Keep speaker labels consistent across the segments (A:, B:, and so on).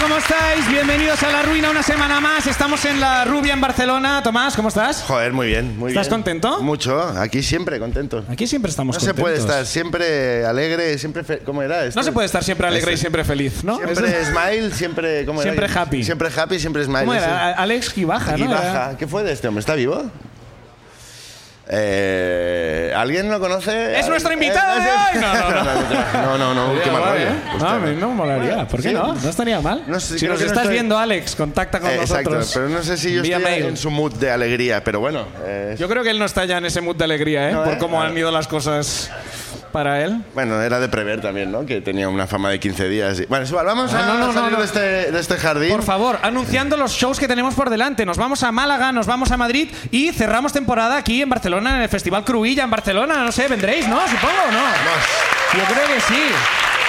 A: ¿Cómo estáis? Bienvenidos a La Ruina una semana más. Estamos en La Rubia en Barcelona. Tomás, ¿cómo estás?
B: Joder, muy bien, muy
A: ¿Estás
B: bien.
A: contento?
B: Mucho, aquí siempre contento.
A: Aquí siempre estamos
B: no se puede
A: contentos.
B: estar siempre alegre, siempre... fe- ¿Cómo era? esto?
A: No se puede estar siempre alegre y siempre feliz, ¿no?
B: Siempre smile, siempre... ¿cómo era?
A: Siempre happy.
B: Siempre happy, siempre smile.
A: ¿Cómo
B: ese.
A: era? A- Alex Gibaja,
B: Y
A: ¿no?
B: baja. ¿Qué fue de este hombre? ¿Está vivo? Eh, ¿Alguien lo conoce?
A: ¡Es nuestro invitado
B: Eh,
A: de hoy! No, no, no.
B: no, no, no, qué mal rollo. Hostia,
A: Ah, no molaría. ¿Por qué
B: Sí.
A: no? No estaría mal.
B: No sé,
A: si
B: creo
A: nos
B: que no
A: estás
B: estoy-
A: viendo, Alex, contacta con
B: Eh, exacto,
A: nosotros.
B: pero no sé si yo
A: Vía
B: estoy
A: mail.
B: en su mood de alegría, pero bueno. eh,
A: Yo creo que él no está ya en ese mood de alegría, ¿eh?
B: No,
A: Por
B: ¿eh?
A: cómo
B: Claro.
A: han ido las cosas para él.
B: Bueno, era de prever también, ¿no? Que tenía una fama de 15 días. y- Bueno, igual, vamos
A: Ah,
B: a
A: no, no, no,
B: salir
A: no.
B: De, este, de este jardín.
A: Por favor, anunciando los shows que tenemos por delante. Nos vamos a Málaga, nos vamos a Madrid y cerramos temporada aquí en Barcelona, en el Festival Cruilla en Barcelona. No sé, vendréis, ¿no? Supongo, ¿o ¿no? Yo creo que sí.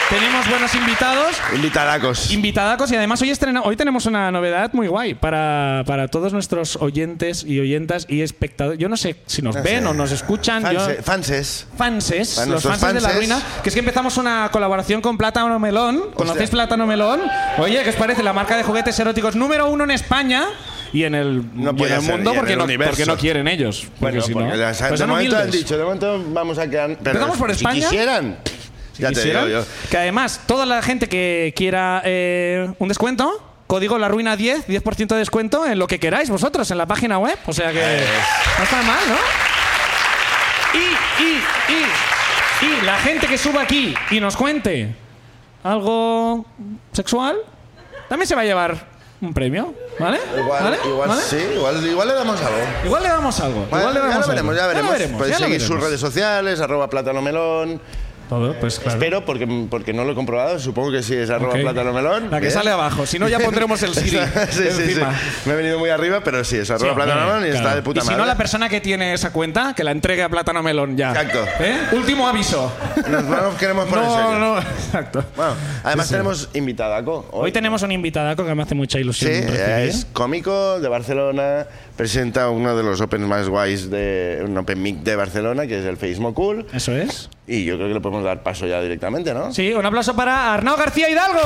A: Tenemos buenos invitados.
B: Invitadacos.
A: Invitadacos y además hoy, estrena, hoy tenemos una novedad muy guay para, para todos nuestros oyentes y oyentas y espectadores. Yo no sé si nos
B: No
A: ven
B: sé.
A: o nos escuchan. yo-
B: Fanse- fanses.
A: fanses,
B: Para
A: los
B: nuestros
A: fanses, de la
B: fanses.
A: ruina, que es que empezamos una colaboración con Plátano Melón. ¿Conocéis Plátano Melón? Oye, ¿qué os parece? La marca de juguetes eróticos número uno en España y en el, y en
B: puede
A: el
B: ser,
A: mundo
B: y en
A: porque,
B: el
A: no,
B: universo.
A: porque no quieren ellos. Porque
B: Bueno,
A: si
B: porque
A: no,
B: las-
A: pues
B: de
A: son
B: momento han
A: humildes.
B: dicho, de momento vamos a quedar. pero
A: ¿Empezamos por
B: si
A: España?
B: quisieran.
A: Si
B: ya
A: quisieran.
B: te digo yo.
A: Que además, toda la gente que quiera eh, un descuento, código la ruina 10, 10% de descuento en lo que queráis vosotros, en la página web. O sea que no está mal, ¿no? Y, y, y, y la gente que suba aquí y nos cuente algo sexual, también se va a llevar un premio, ¿vale?
B: Igual,
A: ¿Vale?
B: igual
A: ¿Vale?
B: sí, igual, igual le damos algo.
A: Igual le damos algo.
B: Bueno,
A: igual le damos
B: ya lo
A: algo.
B: veremos, ya veremos.
A: lo veremos.
B: Podéis
A: ya lo
B: seguir sus
A: veremos.
B: redes sociales, arroba platanomelón.
A: Todo, pues claro.
B: Espero, porque, porque no lo he comprobado, supongo que sí es arroba
A: Ok.
B: platanomelón.
A: La que
B: ¿eh?
A: sale abajo. Si no, ya pondremos el Siri
B: sí, sí, sí.
A: encima.
B: Me he venido muy arriba, pero sí, es arroba platanomelón y
A: Claro.
B: está de puta
A: y si
B: madre.
A: no, la persona que tiene esa cuenta, que la entregue a Plátano Melón ya.
B: Exacto.
A: ¿Eh? Último aviso.
B: Nos vamos, queremos poner
A: No,
B: serio.
A: no, exacto.
B: Bueno, además tenemos invitadaco.
A: Hoy tenemos un invitado que me hace mucha
B: Sí,
A: ilusión. recibir.
B: es cómico de Barcelona, presenta uno de los opens más guays de un open mic de Barcelona, que es el Feismo Cool,
A: Eso es.
B: y yo creo que le podemos dar paso ya directamente, ¿no?
A: Sí, un aplauso para Arnau García Hidalgo.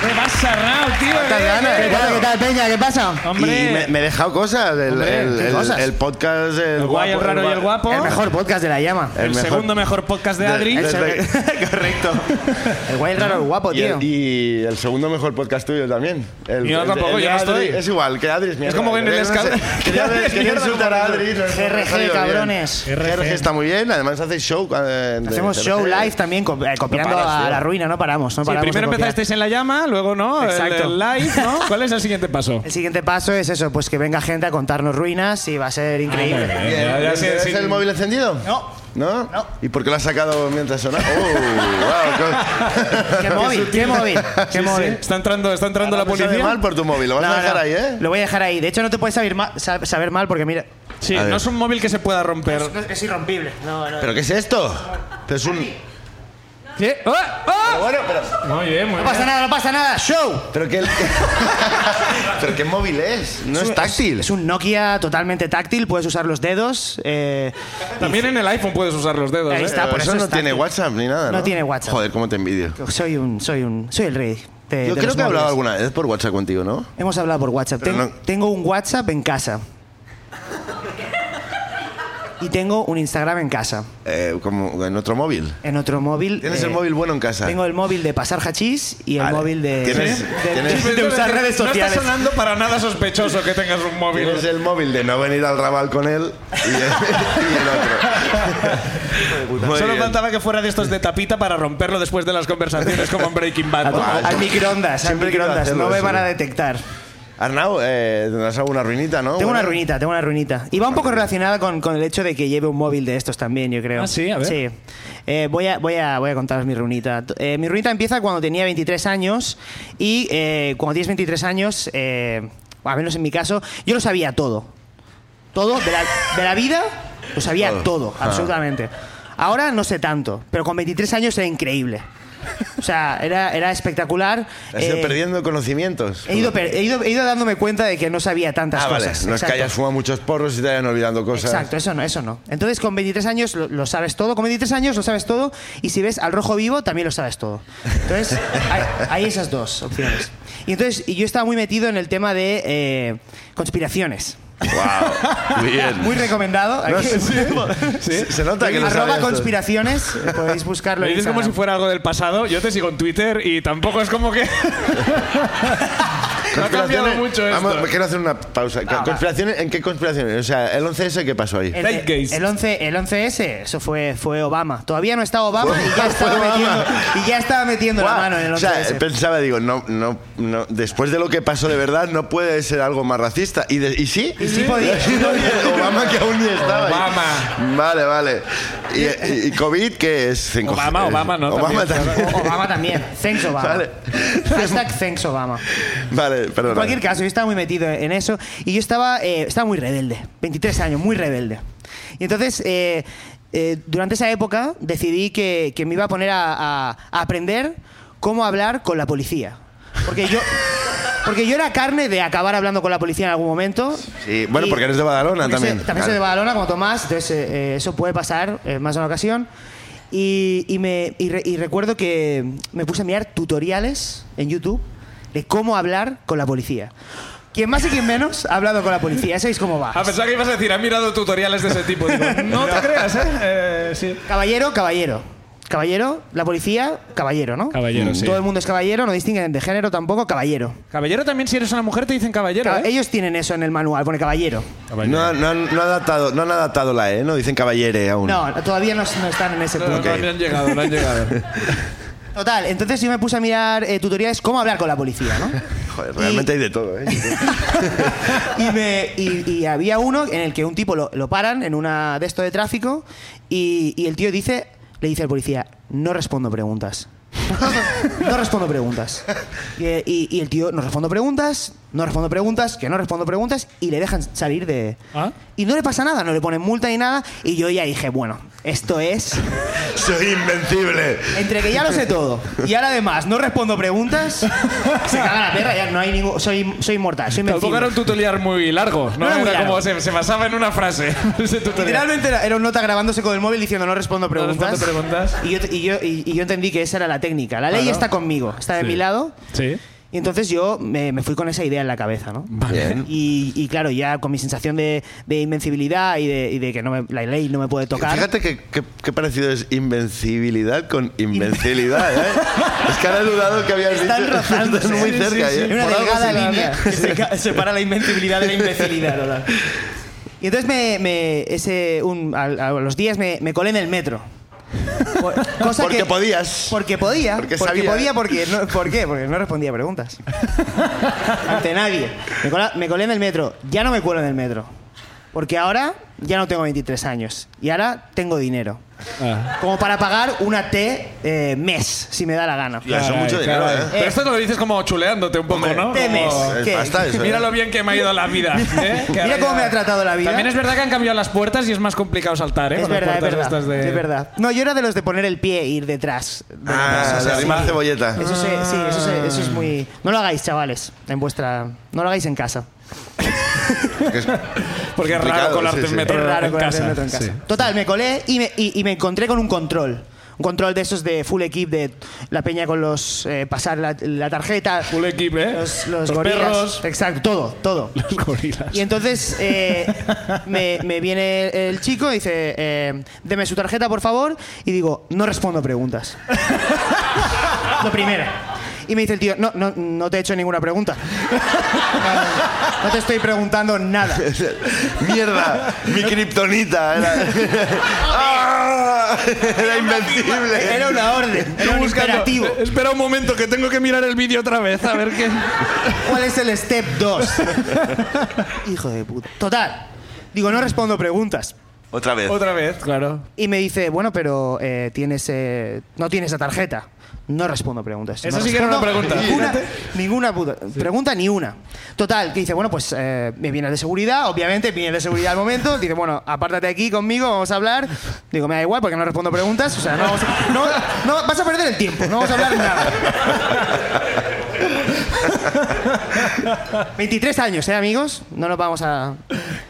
A: ¿Qué pasa, Arnau, tío?
B: Tantas
A: Eh,
B: ganas,
A: eh,
B: ¿qué
A: eh.
B: tal?
C: ¿Qué tal, Peña? ¿Qué pasa?
A: Hombre,
B: Y me, me he dejado cosas, el,
A: Hombre,
B: el-
A: ¿qué
B: el-
A: cosas?
B: el podcast, el,
A: El guay, el
B: guapo,
A: raro y el guapo.
C: El mejor podcast de la llama.
A: El,
B: mejor-
A: segundo mejor podcast de
B: de-
A: Adri.
B: desde- correcto.
C: El guay, el raro, el guapo,
B: Y
C: tío.
B: el, y el segundo mejor podcast tuyo también. El,
A: Y yo
B: el-
A: tampoco,
B: el de
A: yo no
B: Adri-
A: estoy.
B: Es igual, que Adri es mierda.
A: como que en el
B: Yo no sé,
A: escándalo-
B: Quería,
A: que Adri es
B: quería
A: mierda
B: insultar a
A: como
B: Adri. no- no ha salido
C: RG,
B: bien.
C: cabrones.
B: RG está muy bien, además hacéis show. eh, de-
C: Hacemos
B: de
C: show
B: RG.
C: live también, co- eh, copiando
B: paras,
C: a
B: tío.
C: la ruina, no paramos. No
A: Sí,
C: paramos de
A: primero
C: copiar.
B: este
A: empezasteis en la llama, luego no, el-
C: Exacto.
A: el live, ¿no? ¿Cuál es el siguiente paso?
C: El siguiente paso es eso, pues que venga gente a contarnos ruinas y va a ser
B: Ah,
C: increíble.
A: Bien, ya, ya,
B: ¿Tienes
A: sin-
B: el móvil encendido?
C: No.
B: ¿No? ¿Y por qué lo has sacado mientras sonaba? ¡Oh! wow, Ah,
C: ¿Qué móvil? ¿Qué móvil?
A: Sí,
C: ¿Qué
A: sí.
C: móvil?
A: Está entrando, está entrando la
B: No sabe
A: policía.
B: pues mal por tu móvil, lo vas
C: No,
B: a dejar
C: no,
B: ahí, ¿eh?
C: Lo voy a dejar ahí. De hecho, no te puedes saber mal, sab- saber mal porque mira.
A: Sí,
B: A ver.
A: no es un móvil que se pueda romper.
C: Es irrompible. No, no.
B: ¿Pero qué es esto? Esto es un...
A: ¿Qué? ¡Ah! ¡Ah!
B: Bueno, pero...
A: Muy bien, muy
C: ¡Oh! No pasa nada, no pasa nada. ¡Show!
B: ¿Pero qué, ¿Pero qué móvil es? No es táctil.
C: Es un Nokia totalmente táctil, puedes usar los dedos. eh,
A: También en el iPhone puedes usar los dedos.
C: Ahí
A: ¿eh?
C: está.
B: Pero
C: por
B: eso,
C: eso
B: no
C: es
B: tiene
C: táctil.
B: WhatsApp ni nada, ¿no?
C: No tiene WhatsApp.
B: Joder, cómo te envidio.
C: soy un. Soy un. Soy el rey. de-
B: Yo
C: de
B: creo
C: los
B: que he hablado
C: móviles.
B: alguna vez por WhatsApp contigo, ¿no?
C: Hemos hablado por WhatsApp.
B: Pero
C: Ten-
B: no-
C: Tengo un WhatsApp en casa. Y tengo un Instagram en casa.
B: Eh, como en otro móvil.
C: En otro móvil.
B: ¿Tienes
C: eh,
B: el móvil bueno en casa?
C: Tengo el móvil de pasar hachís y el
B: Vale.
C: móvil de,
B: ¿Tienes-
C: de-
B: tienes-
C: de- de usar redes
A: No
C: sociales.
A: está sonando para nada sospechoso que tengas un móvil.
B: Tienes el móvil de no venir al rabal con él y el, y el otro. Muy
A: Solo
B: bien.
A: faltaba que fuera de estos de tapita para romperlo después de las conversaciones como en Breaking Bad.
C: A tu-
B: Ah,
C: al microondas, al
B: siempre he querido
C: microondas.
B: hacerlo
C: No me
B: eso.
C: van a detectar.
B: Arnau, eh, tendrás alguna ruinita, ¿no?
C: Tengo una
B: Bueno.
C: ruinita, tengo una ruinita. Y va un poco relacionada con, con el hecho de que lleve un móvil de estos también, yo creo.
A: Ah, sí, a ver.
C: Sí. Eh, voy, a, voy, a, voy a contaros mi ruinita. Eh, mi ruinita empieza cuando tenía 23 años y eh, cuando tienes 23 años, eh, al menos en mi caso, yo lo sabía todo. Todo de la, de la vida, lo sabía
B: Todo.
C: todo,
B: Ah.
C: absolutamente. Ahora no sé tanto, pero con 23 años era increíble. O sea, era, era espectacular.
B: Has ido
C: Eh,
B: perdiendo conocimientos.
C: He ido, per- he ido- he ido dándome cuenta de que no sabía tantas
B: ah, vale.
C: cosas.
B: No es que
C: Exacto.
B: hayas fumado muchos porros y te hayan olvidando cosas.
C: Exacto, eso no, eso no. Entonces con 23 años lo, lo sabes todo, con 23 años lo sabes todo y si ves al rojo vivo también lo sabes todo. Entonces hay, hay esas dos opciones. Y entonces y yo estaba muy metido en el tema de eh, conspiraciones.
B: Wow. Bien.
C: Muy recomendado.
B: No, sí, sí. Sí, Se nota que lo
C: Arroba
B: sabes.
C: conspiraciones, eh, podéis buscarlo.
A: Lo
C: en
A: dices como si
C: Instagram.
A: fuera algo del pasado. Yo te sigo en Twitter y tampoco es como que. no ha cambiado
B: Conspiraciones-
A: mucho esto.
B: Vamos, quiero hacer una pausa.
C: Ah, va.
B: ¿Conspiraciones? ¿En qué conspiraciones? O sea, el 11S, ¿qué pasó ahí?
C: El,
A: Zeitgeist.
C: el 11, el 11S, eso fue, fue Obama. Todavía no está Obama y ya estaba
B: Fue Obama.
C: metiendo, y ya estaba metiendo la
B: Guau.
C: mano en el 11S.
B: o sea, pensaba, digo, no, no, no, después de lo que pasó de verdad, no puede ser algo más racista. ¿Y, de- y sí?
C: Y sí podía.
B: Obama que aún ni estaba. ahí.
A: Obama.
B: Vale, vale. ¿Y,
C: Eh,
B: y- y COVID qué es? 5G.
A: Obama, Obama, ¿no?
B: Obama
A: También.
B: también.
C: O- Obama también. Oh, Thanks Obama.
B: Vale.
C: Hashtag thanks Obama.
B: Vale, perdón.
C: En oh. cualquier caso, yo estaba muy metido en eso y yo estaba, eh, estaba muy rebelde. 23 años, muy rebelde. Y entonces, eh, eh, durante esa época, decidí que, que me iba a poner a, a- a aprender cómo hablar con la policía. Porque yo... Porque yo era carne de acabar hablando con la policía en algún momento.
B: Sí, bueno,
C: Y-
B: porque eres de Badalona
C: porque soy-
B: también.
C: también soy de
B: Claro.
C: Badalona, como Tomás, entonces eh, eh, eso puede pasar eh, más de una ocasión. Y, y me, y re- y recuerdo que me puse a mirar tutoriales en YouTube de cómo hablar con la policía. Quien más y quien menos ha hablado con la policía, ya sabéis cómo va.
A: A pesar que ibas a decir, ha mirado tutoriales de ese tipo. Digo, no te creas, ¿eh? Eh, sí.
C: Caballero, caballero. Caballero, la policía, caballero, ¿no?
A: Caballero, sí.
C: Todo el mundo es caballero, no distinguen de género tampoco, caballero.
A: Caballero también, si eres una mujer, te dicen caballero.
C: Ca-
A: ¿eh?
C: Ellos tienen eso en el manual, pone caballero.
B: No, han- no han, no han adaptado, no han adaptado la E, no dicen caballere aún.
C: No, todavía no, no están en ese
A: No, no,
C: punto.
A: no, no han llegado, no han llegado.
C: Total, entonces yo me puse a mirar eh, tutoriales cómo hablar con la policía, ¿no?
B: Joder,
C: Y-
B: realmente hay de todo, ¿eh?
C: y, me- y- y había uno en el que un tipo lo, lo paran en una de esto de tráfico y, y el tío dice, le dice al policía, no respondo preguntas. no respondo preguntas. Y, y- y el tío, no respondo preguntas, no respondo preguntas, que no respondo preguntas, y le dejan salir de...
A: ¿Ah?
C: Y no le pasa nada, no le ponen multa ni nada, y yo ya dije, bueno, esto es...
B: Soy invencible.
C: Entre que ya lo sé todo y ahora además no respondo preguntas, se caga la perra, ya no hay ningún. Soy, soy inmortal, soy
A: Tampoco era
C: invencible.
A: un tutorial muy largo. No,
C: No era muy
A: Era
C: largo.
A: como se, se basaba en una frase. ese tutorial.
C: Literalmente era, era un nota grabándose con el móvil diciendo no respondo preguntas.
A: respondo preguntas.
C: Y yo, y yo, y- y yo entendí que esa era la técnica. La ley
A: Claro.
C: está conmigo, está de
A: Sí.
C: mi lado.
A: Sí.
C: Y entonces yo me, me fui con esa idea en la cabeza, ¿no?
B: Bien.
C: Y, y claro, ya con mi sensación de, de invencibilidad y de, y de que no me- la ley no me puede tocar.
B: Fíjate que, que- qué parecido es invencibilidad con invencibilidad, ¿eh? es que ahora he dudado que habías
C: Están
B: dicho.
C: rozando,
B: Están muy
C: sí, sí,
B: cerca,
C: sí, sí.
B: ¿eh?
C: Hay una
B: Por algo
C: delgada
B: será.
C: línea que seca- separa la invencibilidad de la imbecilidad, ¿verdad? Y entonces me, me- ese, un- al- a, los días me, me colé en el metro. Por- cosa
B: Porque
C: que-
B: podías.
C: Porque podía.
B: Porque
C: Porque, ¿eh?
B: sabía.
C: podía, porque no, ¿por qué? Porque no respondía preguntas. Ante nadie. Me, cola- me colé en el metro. Ya no me cuelo en el metro. Porque ahora ya no tengo 23 años. Y ahora tengo dinero.
A: Ah.
C: Como para pagar una T eh, mes, si me da la gana.
B: Ya, eso es mucho dinero,
A: Caray.
B: ¿eh?
A: Pero esto lo dices como chuleándote un poco,
B: Hombre,
A: ¿no?
C: temes.
A: Como-
B: Es
C: ¿Qué?
B: pasta eso, ¿eh?
A: Mira lo bien que me ha ido la vida. ¿eh? Que ahora
C: Mira cómo
A: ya-
C: me ha tratado la vida.
A: También es verdad que han cambiado las puertas y es más complicado saltar, ¿eh?
C: Es
A: Con las
C: verdad, es
A: puertas
C: verdad,
A: estas de-
C: es verdad. No, yo era de los de poner el pie e ir detrás. de la
B: Ah,
C: mesa, o
B: de
C: sea, Ah.
B: arrimar
C: sí.
B: cebolleta.
C: Eso, se- sí, eso, se- eso es muy... No lo hagáis, chavales, en vuestra... No lo hagáis en casa.
B: Que es-
A: Porque es raro
B: Complicado,
A: colarte
B: sí,
A: en
B: sí.
A: metro
C: es raro
A: en
C: con el
A: casa.
C: metro en casa.
A: Sí.
C: Total, me colé y me, y- y me encontré con un control. Un control de esos de full equip, de la peña con los... eh, pasar la, la tarjeta,
A: Full equip, ¿eh?
C: los, los gorilas.
A: perros.
C: Exacto, todo, todo.
A: Los gorilas.
C: Y entonces eh, me, me viene el chico y dice, eh, deme su tarjeta, por favor. Y digo, no respondo preguntas. Lo primero. Y me dice el tío, no, no, no te he hecho ninguna pregunta. No, no te estoy preguntando nada.
B: Mierda, mi kriptonita era. ¡Ah! Era invencible.
C: Era una orden, era un imperativo.
A: Eh, Espera un momento, que tengo que mirar el vídeo otra vez, a ver qué.
C: ¿Cuál es el step 2? Hijo de puta. Total. Digo, no respondo preguntas.
B: Otra vez.
A: Otra vez, claro.
C: Y me dice, bueno, pero eh, tienes, eh, no tienes la tarjeta. No respondo preguntas.
A: Eso
C: No
A: sí que era una
C: respondo
A: pregunta.
C: Ninguna, ninguna puta- pregunta, ni una. Total, que dice, bueno, pues eh, me viene el de seguridad, obviamente, viene el de seguridad al momento. Dice, bueno, apártate aquí conmigo, vamos a hablar. Digo, me da igual porque no respondo preguntas. O sea, no, vamos a- no, no vas a perder el tiempo, no vamos a hablar nada. 23 años, ¿eh, amigos? No nos vamos a...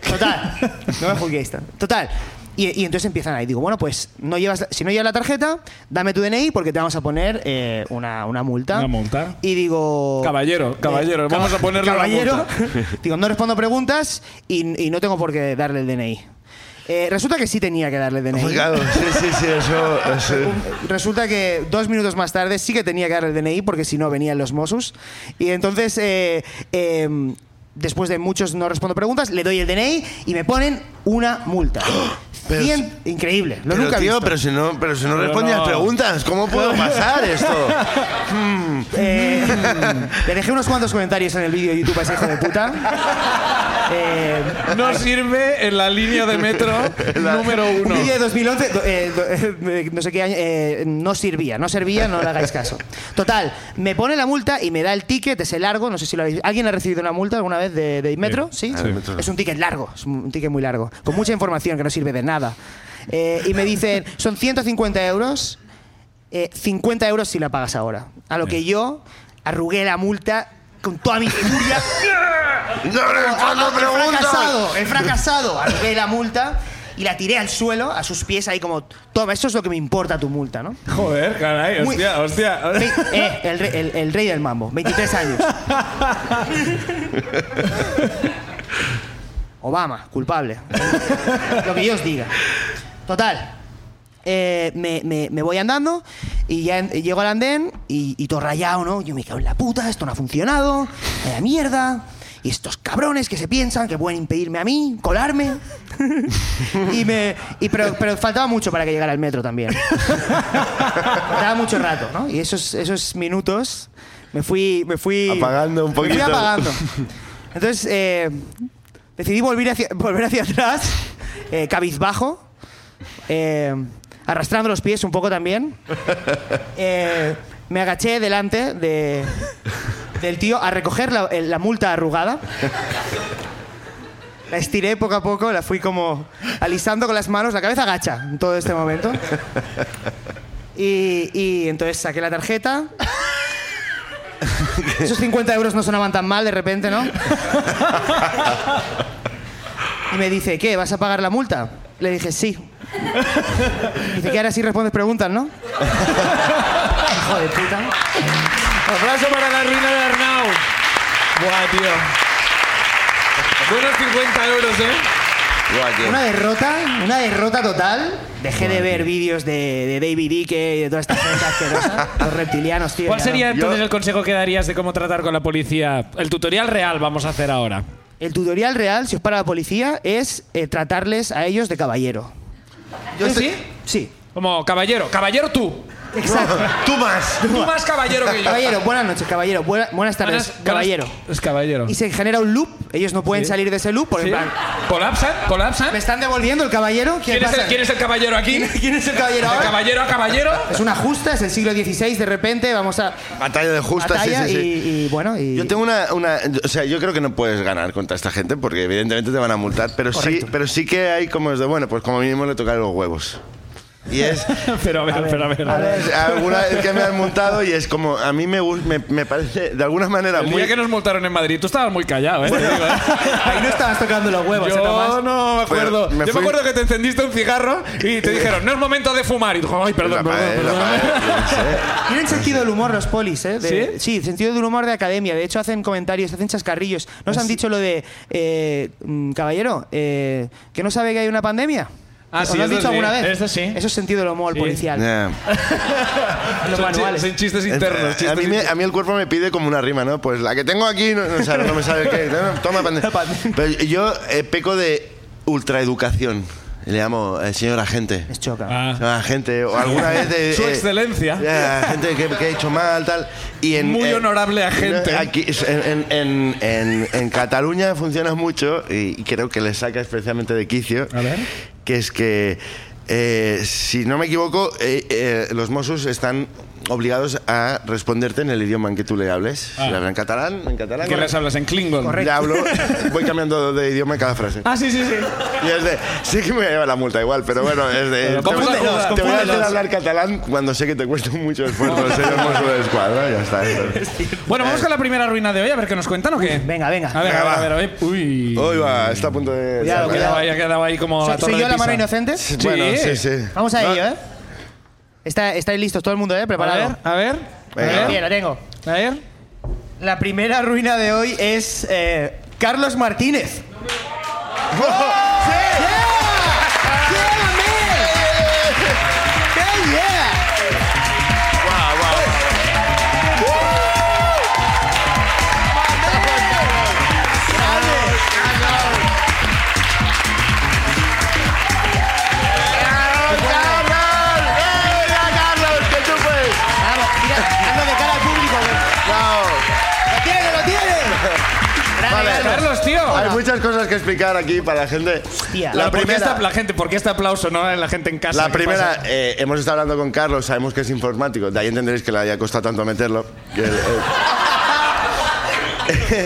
C: Total. No me juzguéis tanto. Total. Y, y entonces empiezan ahí. Digo, bueno, pues no llevas, si no llevas la tarjeta, dame tu DNI porque te vamos a poner eh, una, una multa.
A: Una multa.
C: Y digo...
A: Caballero, caballero,
C: caba-
A: vamos a ponerle una
C: Caballero.
A: multa.
C: digo, no respondo preguntas y, y no tengo por qué darle el DNI. Eh, resulta que sí tenía que darle el DNI.
B: Claro, sí, sí, sí, eso. eso.
C: Resulta que dos minutos más tarde sí que tenía que dar el DNI porque si no venían los Mossos. Y entonces, eh, eh, después de muchos no respondo preguntas, le doy el DNI y me ponen una multa.
B: Pero
C: Cien-
B: si-
C: increíble, lo
B: Pero,
C: nunca he
B: tío,
C: visto.
B: pero si no, pero si no
A: Pero
B: respondías
A: no.
B: preguntas, ¿cómo puedo pasar esto?
C: Eh, le dejé unos cuantos comentarios en el vídeo de YouTube a ese hijo de puta. Eh,
A: No sirve en la línea de metro número uno.
C: Un vídeo de 2011, do- eh, do- eh, no sé qué año, eh, no servía, no servía, no le hagáis caso. Total, me pone la multa y me da el ticket, ese largo, no sé si lo habéis... ¿Alguien ha recibido una multa alguna vez de, de Metro? ¿Sí?
B: Ah, de Metro no.
C: Es un ticket largo, es un ticket muy largo, con mucha información que no sirve de nada. Eh, y me dicen, son 150 euros, eh, 50 euros si la pagas ahora. A lo que yo arrugué la multa con toda mi furia.
B: ¡No respondo
C: He
B: preguntas!
A: eh.
C: Ah, fracasado, he fracasado. Arrugué la multa y la tiré al suelo, a sus pies, ahí como, toma, esto es lo que me importa tu multa, ¿no?
A: Joder, caray,
C: Muy-
A: hostia, hostia.
C: Ve- eh, el, re- el- el rey del mambo, 23 años. Obama, culpable. Lo que yo os diga. Total. eh, me, me- me voy andando y ya en- llego al andén y, y todo rayado, ¿no? Yo me cago en la puta, esto no ha funcionado, a la mierda. Y estos cabrones que se piensan que pueden impedirme a mí, colarme. y me, y pero, pero faltaba mucho para que llegara al metro también. Daba mucho rato, ¿no? Y esos, esos minutos me fui, me fui...
B: Apagando un
C: Me
B: poquito.
C: fui apagando. Entonces, eh, decidí volver hacia, volver hacia atrás, eh, cabizbajo, eh, arrastrando los pies un poco también. Eh, me agaché delante de, del tío a recoger la, el- la multa arrugada. La estiré poco a poco, la fui como alisando con las manos, la cabeza agacha en todo este momento. Y, y entonces saqué la tarjeta. Esos 50 euros no sonaban tan mal de repente, ¿no? Y me dice, ¿qué? ¿Vas a pagar la multa? Le dije, sí. Dice que ahora sí respondes preguntas, ¿no? Hijo de puta.
A: Aplauso para la ruina de Arnau. Buah, tío. Buenos 50 euros, ¿eh?
B: Buah, tío.
C: Una derrota, una derrota total. Dejé de ver vídeos de, de David Icke y de toda esta gente asquerosa. Los reptilianos, tío.
A: ¿Cuál
C: ya no.
A: sería entonces
B: Yo-
A: el consejo que darías de cómo tratar con la policía? El tutorial real vamos a hacer ahora.
C: El tutorial real, si os para la policía, es eh, tratarles a ellos de caballero.
A: ¿Yo
C: estoy-
A: ¿Eh, sí?
C: Sí.
A: Como caballero, caballero tú.
C: Exacto.
B: Tú más.
A: Tú más caballero que yo.
C: Caballero, buenas noches, caballero. Buena- buenas tardes,
A: Buenas-
C: caballero.
A: buenas- Es caballero.
C: Y se genera un loop. Ellos no pueden
A: Sí.
C: salir de ese loop porque
A: ¿Sí?
C: en plan,
A: ¿Colapsan? ¿Colapsan?
C: ¿Me están devolviendo el caballero?
A: ¿Quién
C: ¿Quién,
A: es,
C: pasa?
A: el, quién es el caballero aquí?
C: ¿Quién- quién es el caballero
A: ¿De
C: ahora?
A: caballero a caballero?
C: Es una justa, es el siglo XVI, de repente vamos a
B: Batalla de justas,
C: batalla
B: sí, sí, sí.
C: Y, y, bueno, y...
B: Yo tengo una, una- O sea, yo creo que no puedes ganar contra esta gente porque evidentemente te van a multar, pero sí,
C: Correcto.
B: pero sí que hay como es de, bueno, pues como mínimo le tocaré los huevos. Y es.
A: Pero a ver, pero a ver.
C: a ver.
B: es alguna vez que me han multado y es como. A mí me, gus- me, me parece de alguna manera
A: El
B: muy.
A: día que nos multaron en Madrid, tú estabas muy callado, ¿eh? Te digo, ¿eh?
C: Ahí no estabas tocando los huevos, ¿eh,
A: Yo
C: Tomás?
A: no me
B: Pero
A: acuerdo.
B: me
A: Yo me
B: fui-
A: acuerdo que te encendiste un cigarro y te dijeron, no es momento de fumar. Y dijo, ay,
B: La
A: perdón, perdón,
B: madre, la
A: perdón".
B: madre, yo qué sé.
C: Tienen sentido del humor los polis, ¿eh? De-
A: ¿Sí?
C: sentido del humor de academia. De hecho, hacen comentarios, hacen chascarrillos. ¿No os
A: Ah,
C: han dicho lo de, eh, mm, caballero, eh, que no sabe que hay una pandemia?
A: Ah,
C: ¿Os
A: sí,
C: lo has
A: eso
C: dicho
A: sí,
C: alguna vez?
A: eso sí.
C: Eso es sentido del humor
A: Sí.
C: policial.
B: Ya.
A: Son
C: Los
A: chi-
C: manuales.
A: son chistes internos.
B: Eh,
A: chistes
B: a, mí me-
A: internos.
B: a mí el cuerpo me pide como una rima, ¿no? Pues la que tengo aquí, no, no, o sea, no me sale el qué. No, no, toma, pande- Pero yo eh, peco de ultraeducación. Y le llamo el señor agente.
C: Es choca.
A: Ah.
B: Señor agente, o alguna vez. de-
A: Su
B: eh,
A: excelencia.
B: eh, gente que, que he hecho mal, tal. Y en,
A: Muy
B: en-
A: honorable agente.
B: Aquí, en, en- en- en- en Cataluña funciona mucho y, y creo que le saca especialmente de quicio.
A: A ver.
B: Que es que, eh, si no me equivoco, eh, eh, los Mossos están obligados a responderte en el idioma en que tú le hables. Si
A: Ah.
B: le hablan en catalán, en catalán.
A: Que
B: bueno,
A: les hablas en Klingon.
B: Ya hablo, voy cambiando de idioma cada frase.
A: Ah, sí, sí, sí.
B: Y es de, sí que me lleva la multa igual, pero bueno, es de. te voy
A: Pero
B: a-
A: confúndelos,
B: te voy a hacer
A: confúndelos.
B: hablar catalán cuando sé que te cuesta mucho esfuerzo ser hermoso de escuadra, ya está.
A: Bueno,
B: Eh.
A: vamos con la primera ruina de hoy, a ver qué nos cuentan o qué.
C: Venga, venga.
A: A ver, a ver, a ver, a ver. Uy.
B: Hoy va, está a punto de.
C: Cuidado,
B: de-
A: Quedaba ahí, ha quedado ahí como la
C: ¿Soy,
A: torre
C: soy yo
A: de
C: la mano
A: Pisa.
C: inocente?
B: Bueno, sí,
A: Sí.
B: sí.
C: Vamos a
B: No,
C: ello, ¿eh? Está- ¿Estáis listos? Todo el mundo, ¿eh?
A: A
C: Preparado.
A: ver, a ver.
B: Venga.
A: A ver.
C: Bien, lo tengo.
A: A ver.
C: La primera ruina de hoy es eh, Carlos Martínez.
B: ¡Oh!
C: ¡Qué yeah!
B: Carlos, que tú puedes.
C: Vamos, mira, hazlo de cara al público. güey.
B: No,
C: ¡Lo tiene, lo tiene! Grande,
B: Vale.
C: Carlos.
A: Carlos, tío.
B: hay muchas cosas que explicar aquí para la gente.
C: Hostia.
B: La
A: Claro, ¿por qué
B: primera.
A: esta- la gente, ¿por qué este aplauso no la gente en casa?
B: La
A: ¿Qué
B: primera,
A: pasa?
B: eh, hemos estado hablando con Carlos, sabemos que es informático, de ahí entenderéis que le haya costado tanto meterlo. que él- él-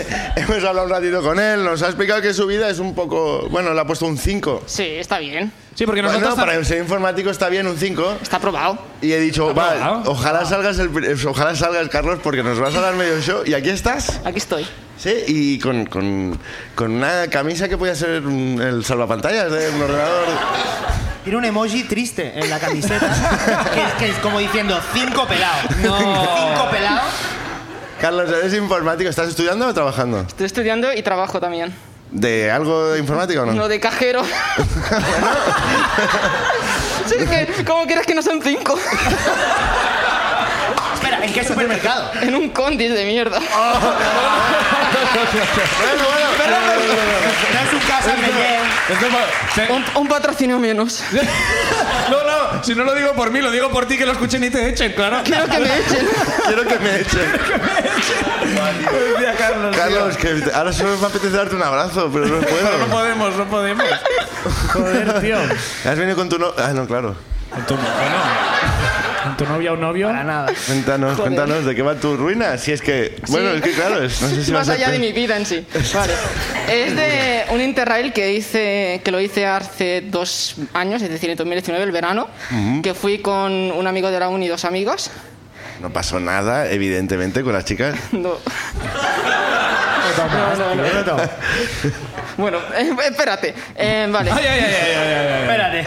B: hemos hablado un ratito con él, nos ha explicado que su vida es un poco. Bueno, le ha puesto un 5.
D: Sí, está bien.
A: Sí, porque nosotros
B: Bueno,
A: tam-
B: para ser informático está bien un 5.
D: Está probado.
B: Y he
A: Ah,
B: dicho, va,
A: probado.
B: ojalá salgas, el pri- eh, ojalá salgas, Carlos, porque nos vas a dar medio show. Y aquí estás,
D: Aquí estoy.
B: ¿sí? Y con, con- con una camisa que podía ser un- el salvapantallas de un ordenador.
C: Tiene un emoji triste en la camiseta. que, es, que es como diciendo cinco pelado.
A: No.
C: Cinco pelado.
B: Carlos, ¿eres informático? ¿Estás estudiando o trabajando?
D: Estoy estudiando y trabajo también.
B: ¿De algo de informática o no?
D: No de cajero. Sí, es que, ¿Cómo crees que no son cinco?
C: Espera, ¿en qué supermercado? Oh.
D: En un condis de mierda.
B: Bueno, bueno,
C: No es un casa Miguel.
A: Esto es pa- te-
D: Un, un patrocinio menos.
A: No, no, si no lo digo por mí, lo digo por ti, que lo escuchen y te echen, claro.
D: Quiero que me echen.
B: quiero que me echen.
A: Decía Carlos.
B: Carlos, que te- ahora solo me va a apetecer darte un abrazo, pero no
A: Pero no
B: puedo.
A: podemos, no podemos. Joder, tío.
B: Has venido con tu novio. Ah, no, claro.
A: ¿Con tu, bueno, ¿con tu novia o novio?
C: Para nada.
B: Cuéntanos, cuéntanos de qué va tu ruina. Si es que. Bueno, es que claro, es- no sé si
D: Más
B: vas a
D: allá de
B: pe-
D: mi vida en sí. Vale. Es de un Interrail que hice, que lo hice hace dos años, es decir, en 2019, el verano, que fui con un amigo de la uni y dos amigos.
B: No pasó nada, evidentemente, con las chicas.
D: No. No, no, no. Bueno, eh, espérate. Eh, vale.
A: Ay, ay, ay, ay, ay, ay, ay.
C: Espérate.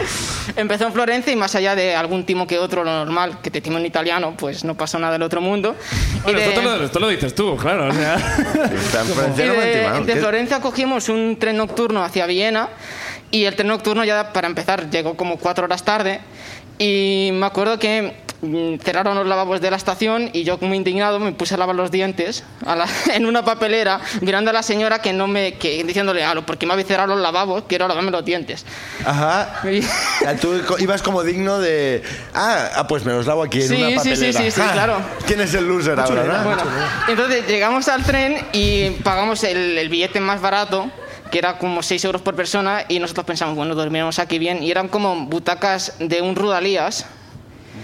D: Empezó en Florencia y más allá de algún timo que otro, lo normal, que te timo en italiano, pues no pasó nada del otro mundo. Y
A: Bueno,
D: de-
A: esto, te lo, esto lo dices tú, claro. O sea,
B: Está en
D: Y
B: Francia, no me han timado.
D: de, de
B: ¿Qué-
D: Florencia cogimos un tren nocturno hacia Viena y el tren nocturno ya para empezar llegó como cuatro horas tarde y me acuerdo que mm, cerraron los lavabos de la estación y yo muy indignado me puse a lavar los dientes a la- en una papelera mirando a la señora que no me que diciéndole "Alo, ¿por qué me habéis cerrado los lavabos? Quiero lavarme los dientes.
B: Ajá.
D: Y-
B: Ah, Tú co- ibas como digno de. Ah, ah, pues me los lavo aquí en
D: Sí,
B: una
D: sí, sí,
B: papelera.
D: sí, sí,
B: Ah,
D: claro.
B: ¿Quién es el loser ahora, no?
D: Bueno, entonces llegamos al tren y pagamos el, el billete más barato, que era como 6 euros por persona, y nosotros pensamos, bueno, dormiremos aquí bien, y eran como butacas de un Rudalías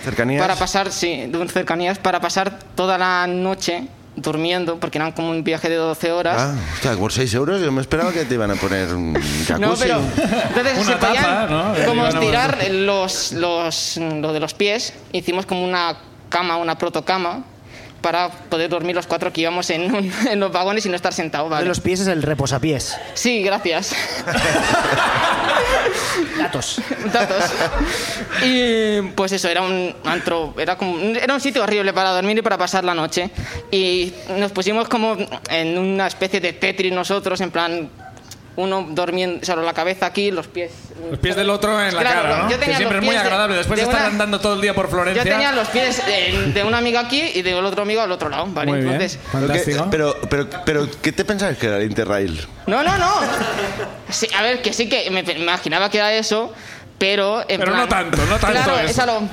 B: Cercanías.
D: para pasar, sí, de un cercanías, para pasar toda la noche durmiendo, porque eran como un viaje de 12 horas.
B: Ah, hostia, por 6 euros yo me esperaba que te iban a poner un Ah, jacuzzi.
D: No, pero entonces
A: Una
D: se podían
A: tapa, ¿no?
D: como
A: Iban a-
D: estirar los, los, lo de los pies. Hicimos como una cama, una protocama, para poder dormir los cuatro que íbamos en, un- en los vagones y no estar sentados.
C: De
D: ¿vale?
C: los pies es el reposapiés.
D: Sí, gracias.
C: Datos.
D: Datos. Y pues eso, era un antro, era como era un sitio horrible para dormir y para pasar la noche. Y nos pusimos como en una especie de Tetris nosotros, en plan uno durmiendo, o sea, la cabeza aquí, los pies.
A: Los pies del otro en la
D: Claro,
A: cara, ¿no?
D: yo tenía
A: que siempre
D: los
A: es muy
D: pies de-
A: agradable. Después de,
D: de
A: estar
D: una-
A: andando todo el día por Florencia.
D: Yo tenía los pies eh, de una amiga aquí y del otro amigo al otro lado, ¿vale?
A: Muy bien.
D: Entonces,
B: Pero, que-
A: Fantástico.
B: pero, pero, pero, ¿qué te pensabas que era el Interrail?
D: no, no, no. Sí, a ver, que sí que me me imaginaba que era eso, pero. en
A: Pero no tanto, no tanto
D: Claro,
A: eso.
D: es a lo-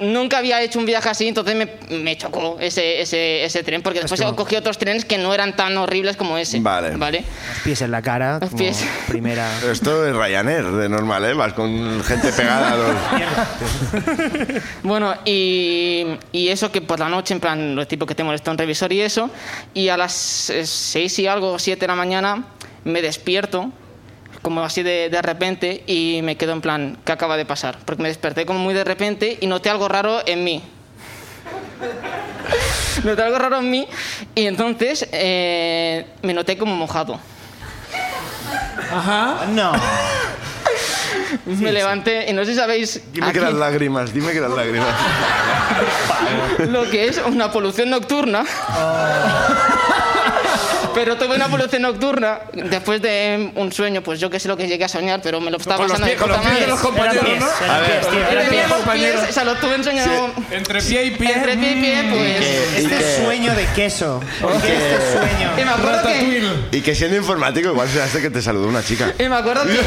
D: nunca había hecho un viaje así, entonces me, me chocó ese, ese, ese tren, porque después
C: como-
D: cogí otros trenes que no eran tan horribles como ese.
B: Vale.
D: ¿Vale?
C: Pies en la cara.
D: Los
C: como
D: pies.
C: Primera.
B: Pero esto es Ryanair, de normal, ¿eh? Vas con gente pegada a los...
D: Bueno, y, y eso que por la noche, en plan, lo tipo que te molesta un revisor y eso, y a las 6 y algo, 7 de la mañana, me despierto, como así de, de repente, y me quedo en plan, ¿qué acaba de pasar? Porque me desperté como muy de repente y noté algo raro en mí. noté algo raro en mí y entonces eh, me noté como mojado.
A: Ajá.
C: No.
D: me levanté y no sé si sabéis...
B: Dime que las
D: aquí-
B: lágrimas, dime que las lágrimas.
D: lo que es una polución nocturna.
A: Ah.
D: Pero tuve una polución nocturna después de un sueño, pues yo que sé lo que llegué a soñar, pero me lo estaba
A: Con los,
D: pasando
A: pies, con
D: de
A: los
D: puta
A: pies de
D: madre.
A: los compañeros,
C: Eran
A: ¿no?
C: pies, eran pies, tío, eran
D: Tenía
A: Eran
D: los
A: pies, compañeros.
D: pies, o sea, lo tuve un sueño
A: Entre pie y pie.
D: entre pie y pie, pues...
B: Y
C: Este
B: que-
C: es sueño de queso. Este es
D: Y me
A: Mm.
C: sueño.
D: acuerdo que...
A: Ratatouille.
B: Y que siendo informático igual se hace que te saludó una chica.
D: Y me acuerdo que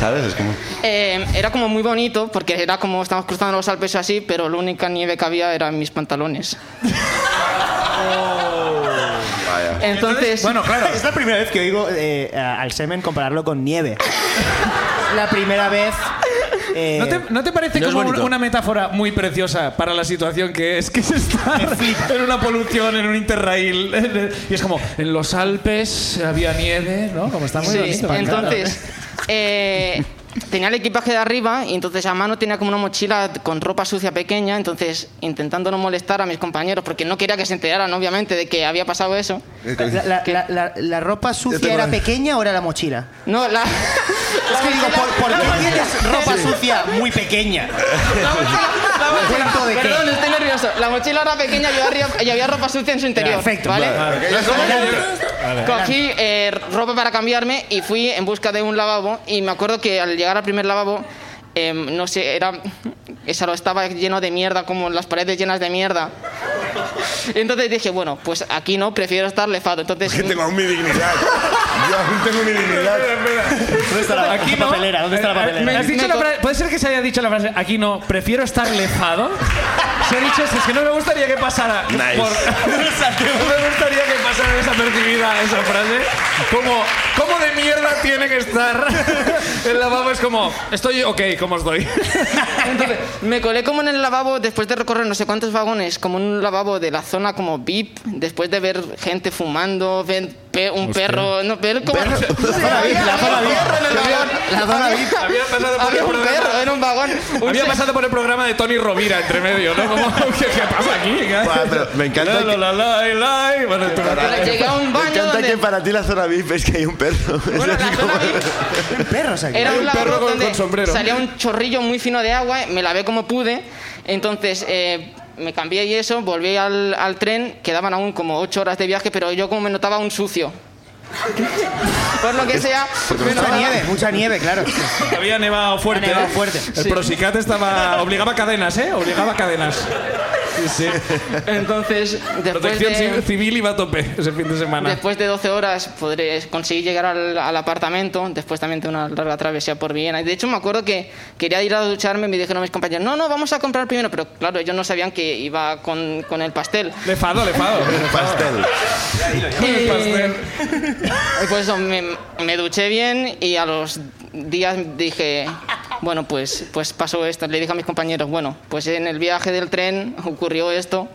B: ¿Sabes? Es como...
D: eh, era como muy bonito, porque era como estábamos cruzando los Alpes o así, pero la única nieve que había era en mis pantalones.
B: Vaya.
D: Entonces,
A: Bueno, claro.
C: Es la primera vez que oigo eh, a- al semen compararlo con nieve. la primera vez. eh,
A: ¿No te, no te parece
B: No es
A: como un-
B: bonito.
A: una metáfora muy preciosa para la situación que es que es estar en una polución, en un interrail? en el- y es como, en los Alpes había nieve, ¿no? Como está muy
D: Sí,
A: bonito.
D: entonces eh, tenía el equipaje de arriba y entonces a mano tenía como una mochila con ropa sucia pequeña, entonces intentando no molestar a mis compañeros porque no quería que se enteraran obviamente de que había pasado eso.
C: la, la- la- la- la ropa
B: tengo
C: sucia era
B: la-
C: pequeña o era la mochila?
D: No, la,
C: Es que digo, ¿por, por qué tienes ropa sucia muy pequeña?
D: la mochila, la mochila-
C: ¿Cuento de qué?
D: perdón, estoy nervioso. La mochila era pequeña y había, y había ropa sucia en su interior.
C: Perfecto,
D: ¿vale?
C: Adelante.
D: Cogí eh, ropa para cambiarme y fui en busca de un lavabo y me acuerdo que al llegar al primer lavabo, em, no sé, era... Esa lo estaba lleno de mierda, como las paredes llenas de mierda. Entonces dije, bueno, pues aquí no, prefiero estar lefado. Entonces,
B: Que tengo aún mi dignidad. Yo aún tengo mi dignidad.
C: ¿Dónde está la,
A: Aquí
C: la
A: no.
C: papelera? ¿Dónde está la
A: Eh, eh,
C: papelera?
A: ¿me has dicho
D: Me
A: la
D: co-
A: fra- ¿Puede ser que se haya dicho la frase, aquí no, prefiero estar lejado? Se ha dicho esto, es que no me gustaría que pasara.
B: Nice.
A: no me gustaría que pasara desapercibida esa frase. Como, ¿cómo de mierda tiene que estar? El lavabo es como, estoy ok, como estoy.
D: Entonces, me colé como en el lavabo después de recorrer no sé cuántos vagones, como en un lavabo de la zona como VIP, después de ver gente fumando, ver pe- un perro, no, ver como...
C: zona VIP, la zona VIP.
D: La zona VIP.
A: Había pasado por
D: Había
A: el
D: un
A: programa.
D: perro en un vagón. Un
A: Había
D: se-
A: pasado por el programa de Tony Rovira entre medio, ¿no? Como, ¿qué, qué pasa aquí? ¿Qué?
B: Buah, pero me encanta
A: La,
B: que-
A: la, la, la, la, y bueno, tú-
D: Pero llegué a un
B: Me
D: baño
B: encanta
D: donde...
B: que para ti la zona VIP es que hay un perro.
D: Bueno,
B: Es
D: la
B: así
D: zona
B: como-
D: VIP
C: perros aquí.
D: Era
A: Hay
D: un
A: un perro
D: lavabo
A: con-
D: donde
A: con sombrero.
D: salía un chorrillo muy fino de agua, me lavé como pude, entonces eh, me cambié y eso, volví al, al tren, quedaban aún como ocho horas de viaje, pero yo como me notaba un sucio. Por lo que sea, me
C: Mucha
D: notaba-
C: nieve, mucha nieve, claro.
A: Había nevado fuerte.
C: Ha nevado
A: ¿eh?
C: fuerte.
A: El
D: Sí.
A: Prosicat estaba. obligaba a cadenas, ¿eh? Obligaba a cadenas. Sí, sí.
D: entonces después
A: Protección ci-
D: de,
A: civil iba a tope ese fin de semana.
D: después de 12 horas podré conseguir llegar al, al apartamento, después también de una larga travesía por Viena. Y de hecho me acuerdo que quería ir a ducharme y me dijeron mis compañeros, no, no, vamos a comprar primero, pero claro, ellos no sabían que iba con, con el pastel.
A: Lefado, lefado.
D: Eh,
B: Pastel.
A: El pastel.
D: Y Eh, Pues eso, me, me duché bien y a los días dije, bueno, pues, pues pasó esto. Le dije a mis compañeros, bueno, pues en el viaje del tren ocurrió esto.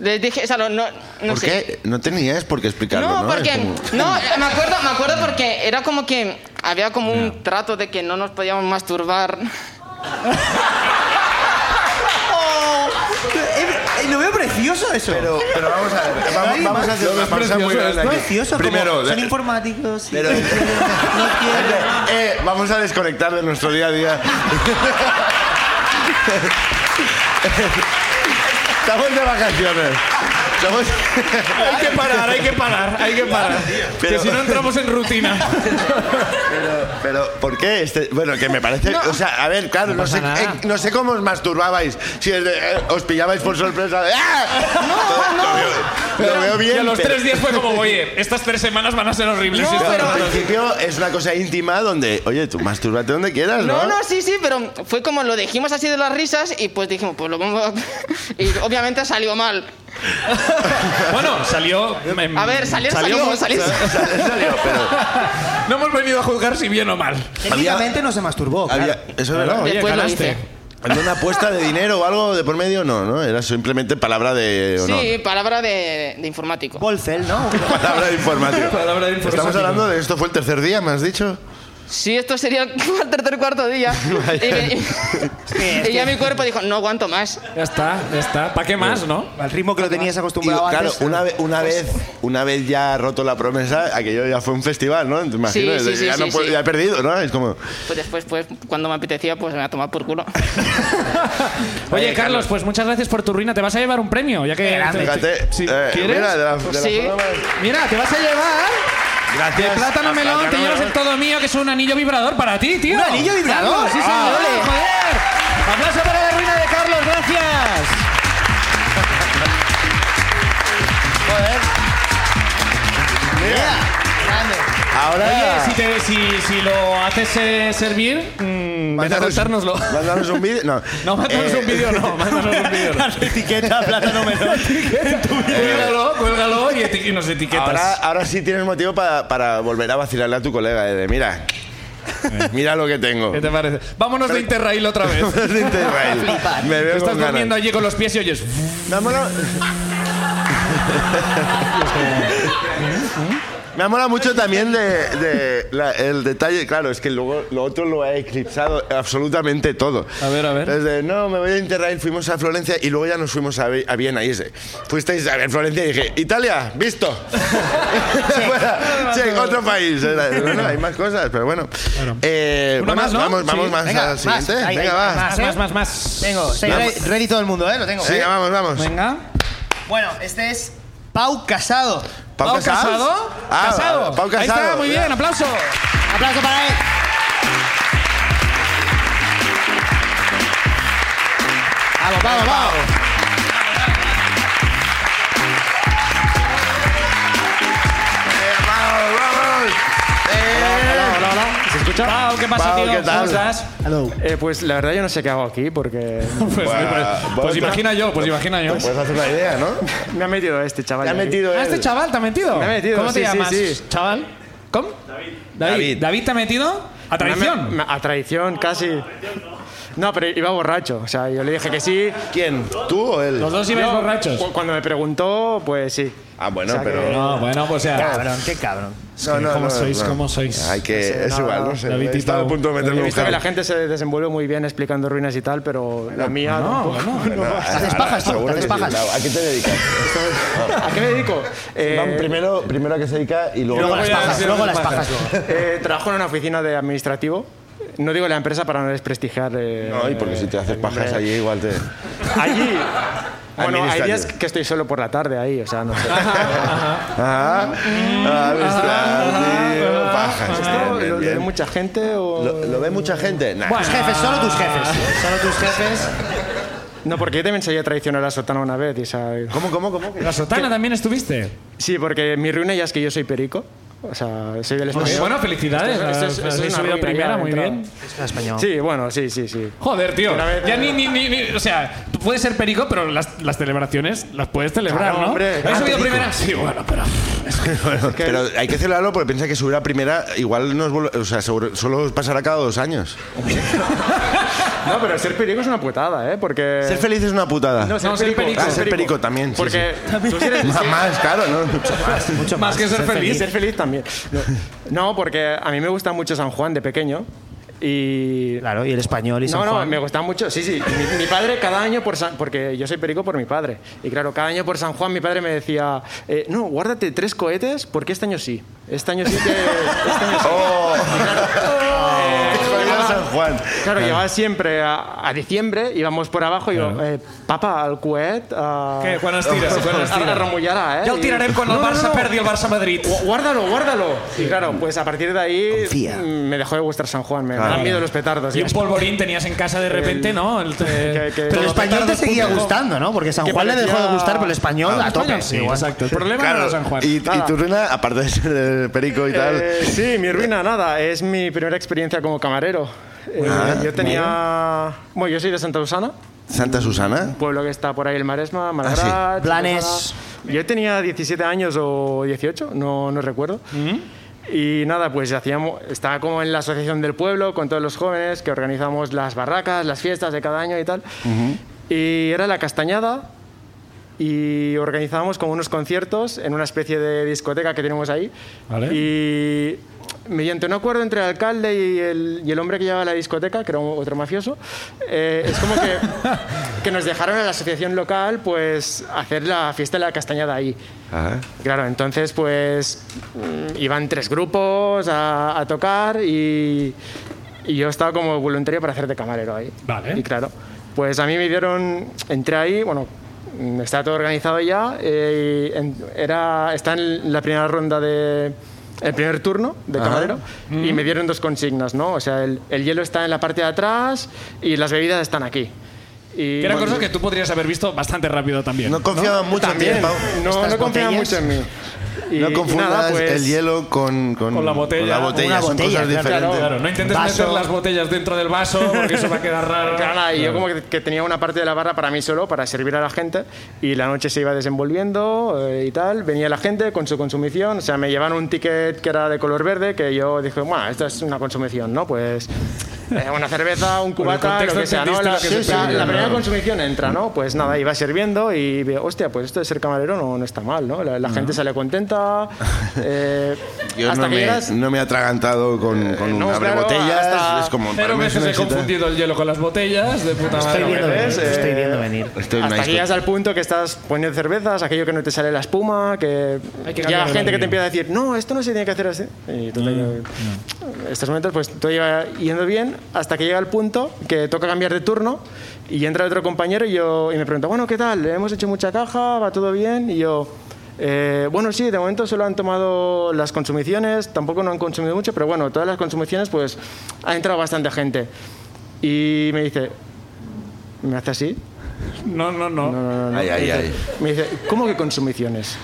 D: Les dije, o sea, no, no, no
B: ¿Por
D: sé.
B: qué? No tenías por qué explicarlo, ¿no?
D: No, porque
B: Es como-
D: no, me acuerdo, me acuerdo porque era como que había como un trato de que no nos podíamos masturbar.
C: Eh, Lo veo precioso eso.
B: Pero, pero vamos a ver, vamos, vamos a hacer
A: Lo
B: una
A: ves
B: pausa muy
A: precioso,
B: grande
A: ¿no?
B: aquí.
C: precioso. como
B: Primero, eh,
C: son
B: de-
C: informáticos.
B: pero-
C: no quiero.
B: eh, vamos a desconectar de nuestro día a día. Estamos de vacaciones. Somos-
A: Hay que parar, hay que parar, hay que parar.
B: Pero-
A: Que si no entramos en rutina.
B: Pero, pero, ¿por qué? Este, bueno, que me parece. O sea, a ver, claro, no,
A: pasa
B: sé,
A: nada.
B: eh, no sé cómo os masturbabais. Si es de, eh, os pillabais por sorpresa. de, ¡Ah! No, no. Lo veo, lo veo bien.
A: Y a los
B: pero-
A: tres días fue como, oye, estas tres semanas van a ser horribles.
D: No,
A: Y esto-
B: Pero al principio es una cosa íntima donde, oye, tú mastúrbate donde quieras, ¿no?
D: No, no, sí, sí, pero fue como lo dijimos así de las risas y pues dijimos, pues lo vamos a... Y obviamente salió mal.
A: Bueno, salió. em,
D: A ver, salir
A: salió-
D: salió, salir
B: Salió, pero
A: No hemos venido a juzgar si bien o mal.
C: Técnicamente no se masturbó. claro.
B: había, eso es verdad.
A: Oye,
D: Después lo
A: ganaste.
D: hice.
B: ¿Había una apuesta de dinero o algo de por medio? No, ¿no? Era simplemente palabra de honor.
D: Sí, palabra de, de informático.
C: Bolzel, ¿no?
B: Palabra de información.
A: Palabra de información.
B: Estamos hablando de esto fue el tercer día, ¿me has dicho?
D: Sí, esto sería el tercer cuarto día. Y, me-
C: que-
D: y ya mi cuerpo dijo, no aguanto más.
A: Ya está, ya está. ¿Para qué más, no?
C: Al ritmo que lo tenías
B: Y,
C: acostumbrado
B: claro,
C: antes.
B: una, ve- una
D: Pues
B: vez una vez ya roto la promesa, aquello ya fue un festival, ¿no? Te imagino,
D: Sí, sí, sí,
B: ya, no
D: sí,
B: puedo-
D: sí.
B: ya he perdido, ¿no? Es como...
D: Pues después, pues, cuando me apetecía, pues me ha tomado por culo.
A: Oye, Carlos, pues muchas gracias por tu ruina. Te vas a llevar un premio, ya que.
C: grande.
B: Fíjate,
A: Si
B: eh,
A: quieres.
B: mira, de
A: Mira,
B: la- de la
D: Sí.
B: forma más-
A: te vas a llevar. De
B: Gracias.
A: plátano
B: A
A: melón te
B: plátano
A: llevas el
B: melón.
A: todo mío, que es un anillo vibrador para ti, tío.
C: ¿Un anillo vibrador?
A: Carlos, Sí, señor.
C: Ah, ole.
A: joder. Aplauso para la ruina de Carlos, gracias. Oye,
B: Ahora...
A: si, te- si- si lo haces eh, servir, mm, ven a
B: mándanos-
A: contárnoslo.
B: Mándanos un vídeo. No,
A: No, mándanos
B: Eh,
A: un vídeo, no. Mándanos un vídeo. no.
C: etiqueta plátano melón.
A: Cuélgalo, cuélgalo y, eti- y nos etiquetas.
B: Ahora, ahora sí tienes motivo para, para volver a vacilarle a tu colega, eh, de mira, mira lo que tengo.
A: Eh. ¿Qué te parece? Vámonos de Interrail otra vez.
B: De Interrail. Me
A: Te
B: veo
A: estás
B: con ganas.
A: durmiendo allí con los pies y oyes.
B: Vámonos. Me ha molado mucho también de, de la- el detalle, claro, es que luego lo otro lo ha eclipsado absolutamente todo.
A: A ver, a ver.
B: Desde, no, me voy a Interrail, fuimos a Florencia y luego ya nos fuimos a, Vi- a Viena. Y ese, fuisteis a ver Florencia y dije, Italia, visto. Fuera. Che, otro país. Era- bueno, hay más cosas, pero bueno. Eh,
A: Una
B: vamos,
A: más, ¿no?
B: vamos, vamos
A: Sí.
B: más
C: Venga,
B: al siguiente.
C: más. Ahí,
B: Venga,
C: ahí,
B: va.
E: ¿Ah,
A: Más,
C: más.
A: más, más, más.
C: Tengo, sí, ready, ready todo el mundo, ¿eh? Lo tengo.
B: Sí,
C: ¿eh?
B: vamos, vamos.
A: Venga.
C: Bueno, este es Pau Casado.
A: ¿Pau Casado?
B: Ah,
A: Casado.
B: Pau
A: Ahí
B: Casado.
A: está, muy bien, aplauso.
C: Aplauso para él. Vamos, vamos, vamos.
B: ¡Vamos, vamos!
A: Hola, hola, hola. ¿Se escucha? Pau, ¿qué pasa,
B: Pau,
A: tío?
B: ¿qué tal?
A: ¿Cómo estás?
E: Eh, pues la verdad yo no sé qué hago aquí porque
A: Pues,
B: Buah,
A: pues-
B: vos-
A: pues imagina yo, pues imagina yo.
B: Puedes hacer una idea, ¿no?
E: me ha metido este chaval.
B: Te ha
E: aquí.
B: metido
A: ¿A este
B: él.
A: chaval te ha metido?
E: Me ha metido,
A: ¿Cómo te
E: sí, sí,
A: llamas,
E: sí.
A: chaval? ¿Cómo? David. David.
B: David.
A: ¿David te ha metido? ¿A
E: Me ha me-
A: traición?
E: me- A traición, casi. No, pero iba borracho. O sea, yo le dije que sí.
B: ¿Quién? ¿Tú o él?
A: Los dos ibais
E: Yo,
A: borrachos.
E: cu- Cuando me preguntó, pues sí.
B: Ah, bueno,
E: O sea que-
B: pero...
A: No, bueno, pues ya.
C: Cabrón, qué cabrón.
B: No, no,
A: ¿Cómo
B: no,
A: sois?
B: no.
A: ¿Cómo sois?
B: Ah, Hay que...
E: Sí,
B: es
E: no,
B: igual,
E: no.
B: no sé.
A: David y
B: Estaba
A: Pau.
B: a punto de meterme
E: He
B: un
E: visto que la
B: jardín.
E: gente se desenvuelve muy bien explicando ruinas y tal, pero la mía.
A: No,
E: tampoco.
A: bueno.
C: Haces pajas, tú,
B: Seguro
C: haces
B: que sí.
C: pajas.
B: ¿A qué te dedicas?
E: ¿A qué me dedico? Eh,
B: No, primero, primero a qué se dedica y luego...
C: Luego las
A: voy a
C: pajas,
A: decir
C: luego
A: las
C: las
A: pajas.
C: pajas. luego.
E: eh, trabajo en una oficina de administrativo. No digo la empresa para no desprestigiar. eh,
B: No, y porque si te haces pajas
E: hombre.
B: allí igual te...
E: Allí. Bueno, hay
B: Administrativo.
E: días que estoy solo por la tarde ahí, o sea, no sé.
B: Ah, ah, vestido, pajas.
E: Mm. Ah. ¿Esto
B: Bien, bien,
E: lo de
B: bien.
E: mucha gente o.?
B: ¿Lo lo ve mucha gente? Nah.
C: Tus jefes, solo tus jefes. Solo tus jefes.
E: No, porque yo también sabía traicionar a la sotana una vez. Y, esa-
B: ¿Cómo, cómo, cómo?
A: ¿La sotana también estuviste?
E: Sí, porque mi ruina ya es que yo soy perico. O sea, soy del español.
A: Bueno, felicidades.
E: Pues Esto es- esto es- esto es
A: Habéis
E: una
A: subido
E: ruina
A: primera,
E: ya,
A: muy
E: entrada.
A: bien.
C: español.
E: Sí, bueno, sí, sí, sí.
A: Joder, tío.
E: Una vez-
A: Ya ni, ni, ni, ni- O sea, tú puedes ser perico, pero las, las celebraciones las puedes celebrar,
E: Claro,
A: ¿no?
E: hombre.
A: ¿Habéis
E: Ah,
A: subido
E: perico.
A: primera? Sí, bueno, pero.
E: que-
B: Pero hay que celebrarlo porque piensa que subir a primera igual nos vuelve- o sea, seguro- solo os pasará cada dos años.
E: No, pero ser perico es una putada, ¿eh? Porque.
B: Ser feliz es una putada.
E: No, ser,
A: No, ser
E: perico.
A: perico.
B: Ah, ser perico también, sí,
E: Porque. tú si eres-
B: Ma- Más, claro, ¿no?
A: Mucho más, que ser, feliz.
E: Ser feliz también. No, no, porque a mí me gusta mucho San Juan de pequeño. Y.
C: Claro, y el español y San
E: No, no,
C: Juan.
E: me gusta mucho. Sí, sí. Mi, mi padre cada año por San, porque yo soy perico por mi padre. Y claro, cada año por San Juan mi padre me decía, eh, no, guárdate tres cohetes porque este año sí. Este año sí que. Este año sí.
B: Oh.
E: Eh,
B: Jodido
E: llevaba-
B: San Juan.
E: Claro, llegaba siempre a, a diciembre, íbamos por abajo y yo, eh, papa, el coet... eh,
A: Què? Quan es tira? Quan es tira?
E: Ara remullarà, eh?
A: Ja el tirarem quan el
E: No, no,
A: Barça
E: no.
A: perdi el Barça-Madrid.
E: Gu- Guárdalo, guárdalo. Y claro, pues a partir de ahí
C: Confía.
E: mm, me dejó de gustar San Juan, me, me dan miedo los petardos.
A: Y
E: ya
A: un
E: está.
A: polvorín tenías en casa de repente, ¿no? El,
E: que- que-
C: Pero el
E: Todo
C: español te seguía gustando, ¿no? Porque San
E: Que
C: Juan le dejó de
E: parecía-
C: gustar, pero el español a tope.
A: Sí,
C: Igual.
A: exacto. El problema no
B: Claro,
A: era San Juan.
B: y, y tu ruina, aparte de ser el perico y tal.
E: Eh, sí, mi ruina, nada. Es mi primera experiencia como camarero. Eh,
B: Ah,
E: yo tenía... Bueno, yo soy de Santa Susana,
B: Santa Susana.
E: pueblo que está por ahí el Maresma,
B: Ah, sí.
E: Malgrat... Santa
C: Blanes.
E: Susana. Yo tenía 17 años o 18, no, no recuerdo.
B: Mm.
E: Y nada, pues hacíamos, estaba como en la asociación del pueblo con todos los jóvenes que organizamos las barracas, las fiestas de cada año y tal. Y era la castañada y organizábamos como unos conciertos en una especie de discoteca que tenemos ahí.
A: Vale.
E: Y mediante un acuerdo entre el alcalde y el, y el hombre que llevaba la discoteca, que era un- otro mafioso, eh, es como que, que nos dejaron a la asociación local pues hacer la fiesta de la castañada ahí.
B: Ah.
E: Claro, entonces pues mm, iban tres grupos a, a tocar y, y yo estaba como voluntario para hacer de camarero ahí.
A: Vale.
E: Y claro, pues a mí me dieron, entré ahí, bueno, mm, está todo organizado ya, eh, y en- era, está en la primera ronda de... El primer turno de camarero
A: Mm.
E: y me dieron dos consignas, ¿no? O sea, el, el hielo está en la parte de atrás y las bebidas están aquí. Y
A: Que eran
E: bueno,
A: cosas que tú podrías haber visto bastante rápido también.
B: No confiaba mucho en ti, Pau.
E: no,
C: Estas
E: no confiaban
C: botellas.
E: mucho en mí. Y-
B: No
E: y
B: confundas
E: nada, pues,
B: el hielo con, con,
A: Con la
B: con
A: botella.
B: la botella.
C: Una
B: Son
C: botella,
B: cosas
C: claro,
B: diferentes.
A: Claro, no intentes
C: Vaso.
A: meter las botellas dentro del vaso porque eso va a quedar raro.
E: Claro, nada, y yo como que, que tenía una parte de la barra para mí solo, para servir a la gente, y la noche se iba desenvolviendo eh, y tal, venía la gente con su consumición, o sea, me llevaban un ticket que era de color verde, que yo dije, bueno, esta es una consumición, ¿no? Pues eh, una cerveza, un
A: Por el
E: cubata, lo
A: contexto
E: que sea, ¿no?
A: entendiste
E: La,
A: lo que se
E: sí, la-
A: pedía,
E: la primera
A: ¿no?
E: consumición entra, ¿no? Pues nada, iba sirviendo y veo, hostia, pues esto de ser camarero no, no está mal, ¿no? La, la gente sale contenta, eh,
B: Yo
E: hasta
B: no,
E: que
B: me,
E: llegas...
B: no me he atragantado con, con
E: Eh, no,
B: un
E: claro,
B: abrebotellas.
E: hasta
B: es como. para
A: Cero
B: mí es ¿eh?
A: veces
B: una
A: he
B: excita-
A: confundido el hielo con las botellas, de puta madre.
C: Estoy viendo venir,
E: ¿ves? Eh,
C: estoy viendo venir.
B: Esto es una
E: Hasta que
B: historia.
E: llegas al punto que estás poniendo cervezas, aquello que no te sale la espuma, que,
A: Hay que
E: llega
A: cambiar de
E: gente que te
A: menú.
E: empieza a decir, no, esto no se tiene que hacer así. Y tú te- Estos momentos, pues todo iba yendo bien hasta que llega el punto que toca cambiar de turno y entra otro compañero y, yo, y me pregunta, bueno, ¿qué tal? Hemos hecho mucha caja, va todo bien. Y yo, "Eh, bueno, sí, de momento solo han tomado las consumiciones, tampoco no han consumido mucho, pero bueno, todas las consumiciones, pues ha entrado bastante gente. Y me dice, me hace así,
A: No, no, no.
B: Ay, ay, ay.
E: me dice, ¿cómo que consumiciones?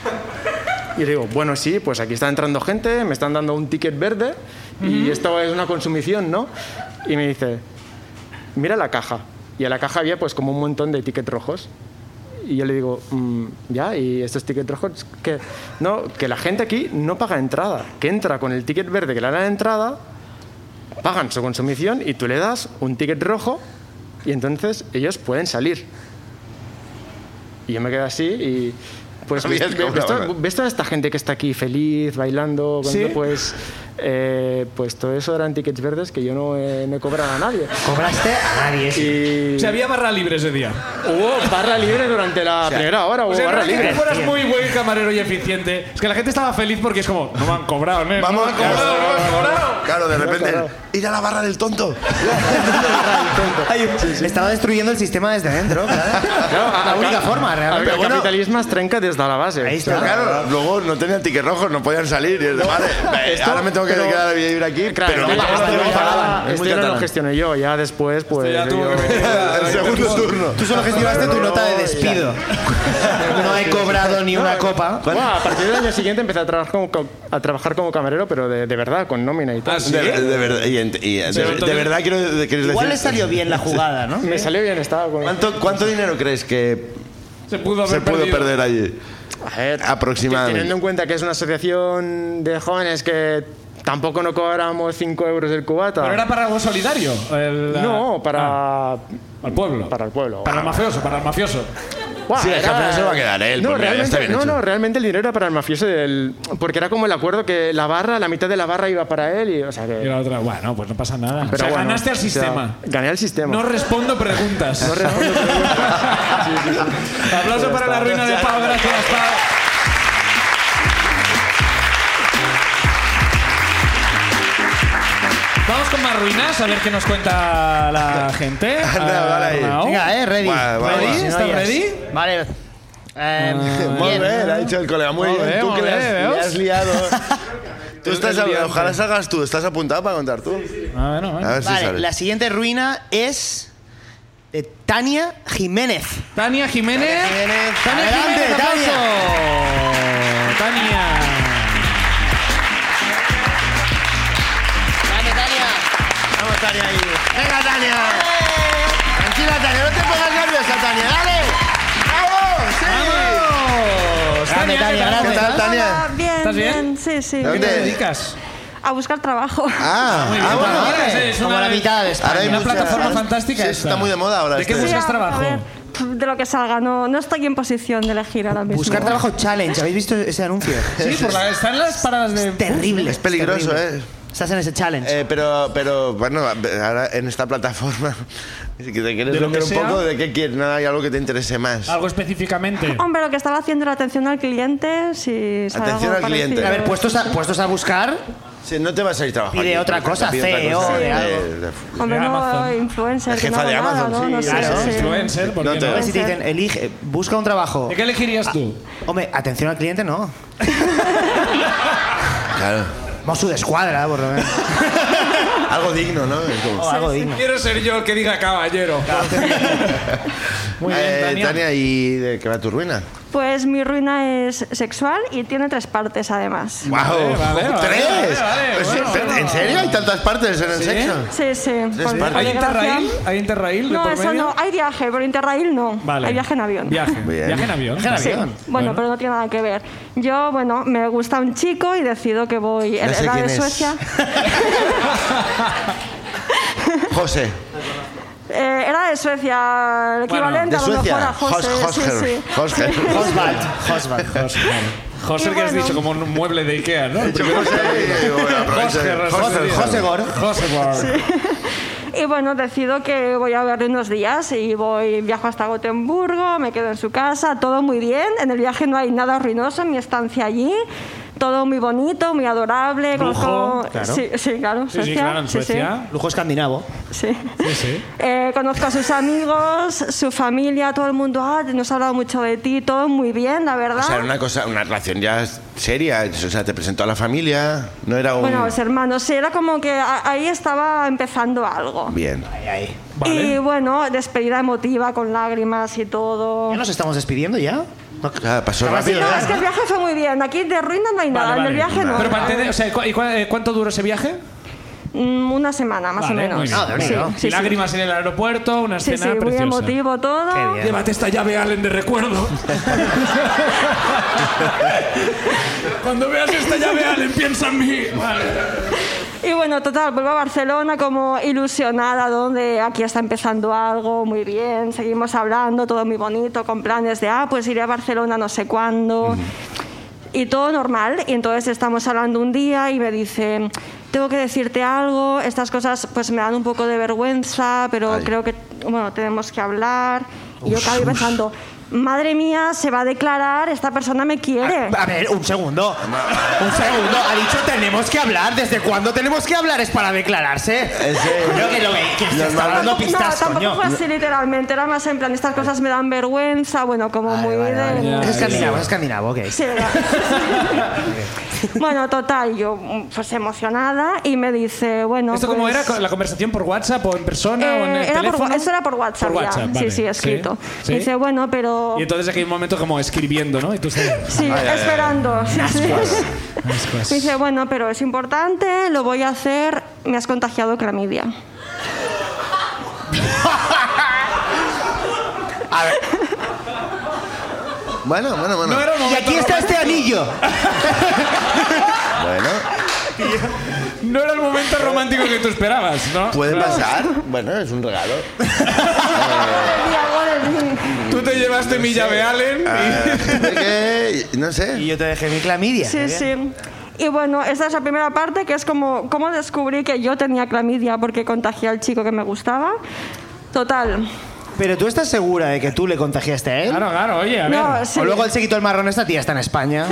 E: Y le digo, bueno, sí, pues aquí está entrando gente, me están dando un ticket verde y esto es una consumición, ¿no? Y me dice, mira la caja. Y a la caja había pues como un montón de tickets rojos. Y yo le digo, "Mm, ya, ¿y estos tickets rojos? que No, que la gente aquí no paga entrada, que entra con el ticket verde que le da la entrada, pagan su consumición y tú le das un ticket rojo y entonces ellos pueden salir. Y yo me quedé así y... Pues ves,
B: Habías
E: ves- ves
B: cobrado,
E: to-
B: ¿verdad?
E: ves toda esta gente que está aquí feliz, bailando, cuando
A: Sí.
E: pues, eh, pues todo eso eran tickets verdes que yo no he, no he cobrado a nadie.
C: Cobraste a nadie.
E: Y
A: Se había barra libre ese día.
E: hubo barra libre durante la primera hora, hubo
A: O sea, no
E: Oh, barra
A: es que
E: libre.
A: tú fueras muy buen camarero y eficiente. Es que la gente estaba feliz porque es como, no me han cobrado, ¿no?
B: Vamos,
A: no me han cobrado, no me han cobrado.
B: Claro, de repente.
E: claro.
B: Ir a la barra del tonto.
C: Ay, Estaba destruyendo el sistema desde dentro, claro. La única forma, realmente.
E: El
B: Pero bueno.
E: capitalismo es trenca desde la base.
C: Ahí
B: Pero
C: está.
B: claro, luego no tenían ticket rojo, no podían salir. Y es de, vale, ve,
E: esto-
B: ahora me tengo que
E: pero- eh,
B: quedar a vivir aquí.
E: Claro,
B: pero
E: esto
B: me
E: ya-
B: pagaban,
E: esto
B: me
E: ya-
B: pagaban. Es
E: esto
B: muy
E: ya no lo
B: catalán.
E: gestioné yo, ya después pues...
A: Ya tuvo
E: yo-
A: que venir a-
B: El segundo turno.
C: Tú solo gestionaste tu nota de despido. No he cobrado ni una copa.
E: Bueno, a partir del año siguiente empecé a trabajar como, ca- a trabajar como camarero, pero de, de verdad, con nómina y tal.
A: Ah, sí.
B: De, de verdad, y ent- y de- de
A: entonces-
B: verdad quiero de- quieres
C: Igual le
B: decir-
C: salió bien la jugada, ¿no?
E: Me salió bien, estaba con...
B: ¿Cuánto, ¿Cuánto dinero crees que
A: Se pudo haber
B: se pudo
A: perdido.
B: perder allí?
E: A ver,
B: Aproximadamente.
E: Teniendo en cuenta que es una asociación de jóvenes que tampoco no cobramos 5 euros el cubata.
A: Pero era para algo solidario. el, ah,
E: No,
A: ah,
E: para...
A: al pueblo.
E: Para el pueblo.
A: Para el mafioso, para el mafioso.
E: Buah,
B: Sí, el
E: era-
B: campeón se va a quedar él,
E: No,
B: pues mira, ya está
E: realmente,
B: bien
E: no,
B: hecho.
E: no, realmente el dinero era para el mafioso del- porque era como el acuerdo que la barra, la mitad de la barra iba para él y, o sea que...
A: Y la otra, bueno, pues no pasa nada.
E: pero
A: o sea,
E: bueno,
A: ganaste al
E: o sea,
A: sistema.
E: gané al sistema.
A: No respondo preguntas.
E: No respondo preguntas. Sí, sí, sí.
A: Aplauso
E: Ya
A: para la
E: está.
A: ruina de Pau. Gracias, Pau. Vamos Vamos con más ruinas, a ver qué nos cuenta la gente. Ah,
B: Anda, vale ahí.
A: Arnau.
C: Venga, eh, ready.
B: Va, va,
A: ¿Ready?
B: va.
C: Si no,
A: ¿Estás
C: ya-
A: ready?
C: Vale. Eh,
B: Muy
C: bien.
B: bien, ha dicho el colega. Muy
A: Molt
B: bien,
A: bé,
B: tú
A: molt
B: que le
A: bé,
B: has, le
A: veus?
B: has liado. tú estás,
A: el liante.
B: ojalá salgas tú, estás apuntado para contar tú.
A: Ah, bueno, bueno.
B: A ver si
C: Vale,
B: sale.
C: la siguiente ruina es de Tania Jiménez.
A: Tania Jiménez.
C: Tania Jiménez.
A: Tania
C: Adelante,
A: Jiménez, aplauso. Tania.
D: Vale, Tania.
C: Vamos, Tania ahí.
B: ¡Venga, Tania! Tranquila, Tania, no te pongas nerviosa, Tania, dale. ¡Vamos! ¡Sí!
A: ¡Vamos!
C: Grande,
A: Tania, ¿qué
C: Tania,
A: tal?
B: ¿Qué
C: grande.
B: tal, Tania?
F: Bien,
A: ¿Estás bien?
F: Sí, sí.
A: ¿A qué te
B: ¿Dónde?
A: dedicas?
F: A buscar trabajo.
B: Ah,
A: Muy
B: ah,
A: bien,
B: bueno,
A: vale.
B: vale.
A: Sí, es
C: Como
A: una-
C: la mitad de España.
B: Ahora hay
A: Una
B: mucha-
A: plataforma
B: ahora-
A: fantástica
B: sí,
A: esta.
B: Está muy de moda ahora.
A: ¿De qué
B: este.
A: buscas
F: a
A: trabajo?
F: ver, pf, de lo que salga, no, no estoy en posición de elegir ahora mismo.
C: Buscar trabajo challenge. ¿Habéis visto ese anuncio?
A: Sí, por la, están las paradas de.
F: Este.
C: Terrible.
B: Es peligroso,
C: terrible.
B: eh.
C: Estás en ese challenge.
B: Eh, pero, pero, bueno, ahora en esta plataforma, si te quieres
A: De lo
B: romper
A: que
B: un
A: sea.
B: poco, ¿de qué quieres? No hay algo que te interese más.
A: Algo específicamente.
F: Hombre, lo que estaba haciendo era atención al cliente, si sale
B: Atención
F: algo
B: al cliente. pues,
F: parecido.
C: a ver, puestos a, puestos a buscar,
B: Sí, no te vas a ir trabajo.
C: Pide
B: aquí,
C: otra
B: porque
C: cosa,
B: pide otra
A: E
C: CEO,
B: cosa
C: de
B: de-
C: algo.
B: de-
F: Hombre,
A: De
F: no,
A: Amazon.
F: influencer,
B: La
F: que
B: jefa
F: no
B: de
F: hago nada,
B: Amazon,
F: ¿no? No
B: sí,
F: sé,
B: sí,
F: sí.
B: sí.
A: Influencer, ¿por
B: No
A: qué
B: te-
A: no?
C: si te dicen, elige, busca un trabajo.
A: ¿De qué elegirías tú?
C: Hombre, atención al cliente, no.
B: Claro.
C: Vamos su descuadra, por lo menos.
B: Algo digno, ¿no? Es como-
C: O algo digno.
A: Quiero ser yo el que diga caballero. Muy
B: Eh,
A: bien, Tania.
B: ¿y de qué va tu ruina?
F: Pues mi ruina es sexual y tiene tres partes además.
B: ¡Wow!
A: vale, vale,
B: ¡Tres!
A: vale, vale,
B: Pues,
A: bueno,
B: ¿en-
A: bueno.
B: ¿En serio? ¿Hay tantas partes en el
A: ¿Sí?
B: sexo?
F: Sí, sí. por- por
B: partes.
A: ¿Hay
F: desgracia.
A: Interrail? ¿Hay Interrail? de
F: No,
A: por
F: eso
A: medio?
F: no. Hay viaje, pero Interrail no. Hay viaje en avión.
A: Viaje.
B: Ah, Bien.
A: Viaje en avión.
C: Viaje en
F: Sí.
C: avión.
F: Bueno, pero no tiene nada que ver. Yo, bueno, me gusta un chico y decido que voy.
B: No sé
F: era
B: quién
F: de
B: es.
F: Suecia.
B: José.
F: Eh, era de Suecia, el equivalente
B: ¿De
F: a lo mejor
B: Suecia?
F: a José.
B: Hos-
F: sí,
B: Hosger.
F: sí.
B: Hosger.
C: Hosbald. Hosbald.
A: José,
F: Y
A: que has
F: bueno.
A: dicho como un mueble de Ikea, ¿no?
B: Yo José, digo, bueno, aprovecha.
A: Hosger,
B: Hosger,
A: Hosger.
B: Hosger.
C: Segor.
A: José
F: Y bueno, decido que voy a verle unos días y voy, viajo hasta Gotemburgo, me quedo en su casa, todo muy bien. En el viaje no hay nada ruinoso, mi estancia allí, todo muy bonito, muy adorable.
A: Lujo,
F: conozco-
A: claro.
F: Sí, sí, claro,
A: Sí, sí,
F: Suecia,
A: claro, en
F: sí, sí,
A: Suecia.
C: Lujo escandinavo.
F: sí.
A: Sí, sí.
F: Eh, conozco a sus amigos, su familia, todo el mundo, ah, nos ha hablado mucho de ti, todo muy bien, la verdad.
B: O sea, era una cosa, una relación ya seria. O sea, te presentó a la familia. No era un.
F: Bueno, los hermanos, sí, era como que a- ahí estaba empezando algo.
B: Bien.
C: Ahí, ahí.
A: Vale.
F: Y bueno, despedida emotiva con lágrimas y todo.
C: ¿Ya nos estamos despidiendo ya? No,
B: Claro, pasó
C: Estaba
B: rápido.
F: No,
B: ¿eh?
F: es que el viaje fue muy bien. Aquí de ruina no hay nada.
A: Vale,
F: en el
A: vale.
F: viaje no.
A: Pero para entender, o sea, ¿cu- y cu- eh, ¿cuánto duró ese viaje?
F: Mm, Una semana, más
A: Vale,
F: o
A: muy
F: menos.
A: bien.
C: Ah, de verdad.
F: Sí, sí,
A: Lágrimas en el aeropuerto, una
F: Sí,
A: escena
F: sí, muy
A: preciosa.
F: emotivo todo.
C: Qué bien.
A: Llévate esta llave Allen de recuerdo. Cuando veas esta llave Allen, piensa en mí.
F: Y bueno, total, vuelvo a Barcelona como ilusionada, donde aquí está empezando algo, muy bien, seguimos hablando, todo muy bonito, con planes de, ah, pues iré a Barcelona no sé cuándo, y todo normal. Y entonces estamos hablando un día y me dice, tengo que decirte algo, estas cosas pues me dan un poco de vergüenza, pero
B: Ay.
F: creo que, bueno, tenemos que hablar. Y yo acabé pensando, madre mía, se va a declarar, esta persona me quiere.
C: A ver, un segundo. Un segundo. Ha dicho tenemos que hablar. ¿Desde cuándo tenemos que hablar? Es para declararse. Creo que lo que, que se está
B: Normal.
C: dando pistas,
F: no, tampoco
C: coño.
F: fue así literalmente, era más en plan, estas cosas me dan vergüenza, bueno, como
C: Vale,
F: muy
C: vale, vale.
F: de...
C: Es escandinavo, es escandinavo, ok.
F: Sí, era- bueno, total, yo mm, pues emocionada y me dice, bueno...
A: ¿Esto cómo
F: pues,
A: era? ¿La conversación por WhatsApp o en persona o en el
F: eh, era por,
A: teléfono?
F: wa- eso era por WhatsApp,
A: Por
F: ya.
A: WhatsApp, vale.
F: sí, sí, escrito.
A: ¿Sí?
F: Dice, bueno, pero...
A: Y entonces aquí hay un momento como escribiendo, ¿no? Y tú estás...
F: Sí, esperando. sí, sí.
A: ascuas.
F: Me Pues dice, bueno, pero es importante, lo voy a hacer, me has contagiado clamidia.
B: Bueno, bueno, bueno.
A: No era un
C: Y
A: momento
C: aquí está este anillo.
B: Bueno,
A: No era el momento romántico que tú esperabas, ¿no?
B: puede pasar. Bueno, es un regalo.
F: Y hago del-
A: Tú te llevaste mi llave Allen
B: Ah, ¿qué? eh, No sé.
C: Y yo te dejé mi clamidia.
F: Sí, sí. Y bueno, esta es la primera parte que es como cómo descubrí que yo tenía clamidia porque contagié al chico que me gustaba. Total,
C: Pero tú estás segura de que tú le contagiaste a él.
A: Claro, claro, oye, a ver.
F: No, sí.
C: O luego él se quitó el marrón, esta tía está en España.